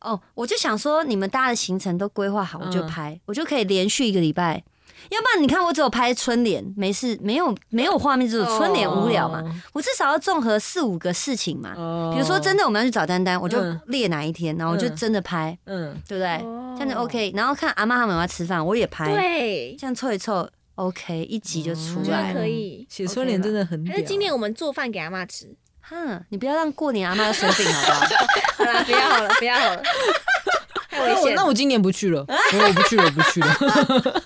[SPEAKER 1] 哦，我就想说，你们大家的行程都规划好，我就
[SPEAKER 2] 嗯
[SPEAKER 1] 拍，我就可以连续一个礼拜。要不然你看，我只有拍春联，没事，没有没有画面，只有春联，无聊嘛。我至少要综合四五个事情嘛。
[SPEAKER 2] 哦？
[SPEAKER 1] 比如说真
[SPEAKER 2] 的，
[SPEAKER 1] 的我们要去找丹丹，我就
[SPEAKER 2] 嗯
[SPEAKER 1] 列哪一天，然后我就
[SPEAKER 2] 嗯
[SPEAKER 1] 真的拍，
[SPEAKER 2] 嗯，
[SPEAKER 1] 对不对？哎这样
[SPEAKER 3] 样
[SPEAKER 1] 就 OK。然后看阿妈他们要吃饭，我也拍，
[SPEAKER 3] 哦对，
[SPEAKER 1] 这样凑一凑，OK，一集就出
[SPEAKER 2] 哦
[SPEAKER 3] 我觉
[SPEAKER 1] 来了。
[SPEAKER 3] 得可以。
[SPEAKER 2] 写春联真的很屌。
[SPEAKER 1] 哎
[SPEAKER 3] 还是今年我们做饭给阿妈吃？
[SPEAKER 1] 哼，你不要让过年阿妈生病好不好？
[SPEAKER 2] (laughs)
[SPEAKER 3] 好啦，啊不要了，不要 (laughs) 了，太危
[SPEAKER 2] 那哎我
[SPEAKER 3] 险
[SPEAKER 2] 那
[SPEAKER 3] 了。
[SPEAKER 2] 我今年不去了，我我不去了，我不
[SPEAKER 1] (laughs)
[SPEAKER 2] 去了。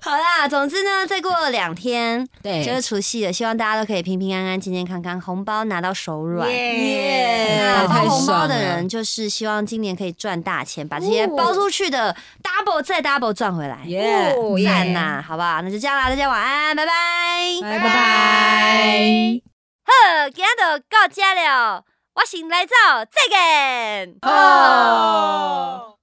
[SPEAKER 1] 好啦，总之呢，再过两天
[SPEAKER 2] 对
[SPEAKER 1] 就是除夕了，希望大家都可以平平安安、健健康康，红包拿到手软。
[SPEAKER 2] 耶
[SPEAKER 1] 那包
[SPEAKER 2] 太
[SPEAKER 1] 红包
[SPEAKER 2] 爽
[SPEAKER 1] 的
[SPEAKER 2] 了
[SPEAKER 1] 人，就是希望今年可以赚大钱，把这些
[SPEAKER 3] 哦
[SPEAKER 1] 包出去的 double 再 double 赚回来。
[SPEAKER 2] (laughs) 耶，
[SPEAKER 3] 哦耶
[SPEAKER 1] 赞呐、好不好？那就这样啦，大家晚安，拜拜。
[SPEAKER 2] 拜
[SPEAKER 1] 哎
[SPEAKER 2] 拜。
[SPEAKER 1] 好，今天就哦
[SPEAKER 3] 哦
[SPEAKER 1] 到这了，我先来走，再见。
[SPEAKER 2] 哦。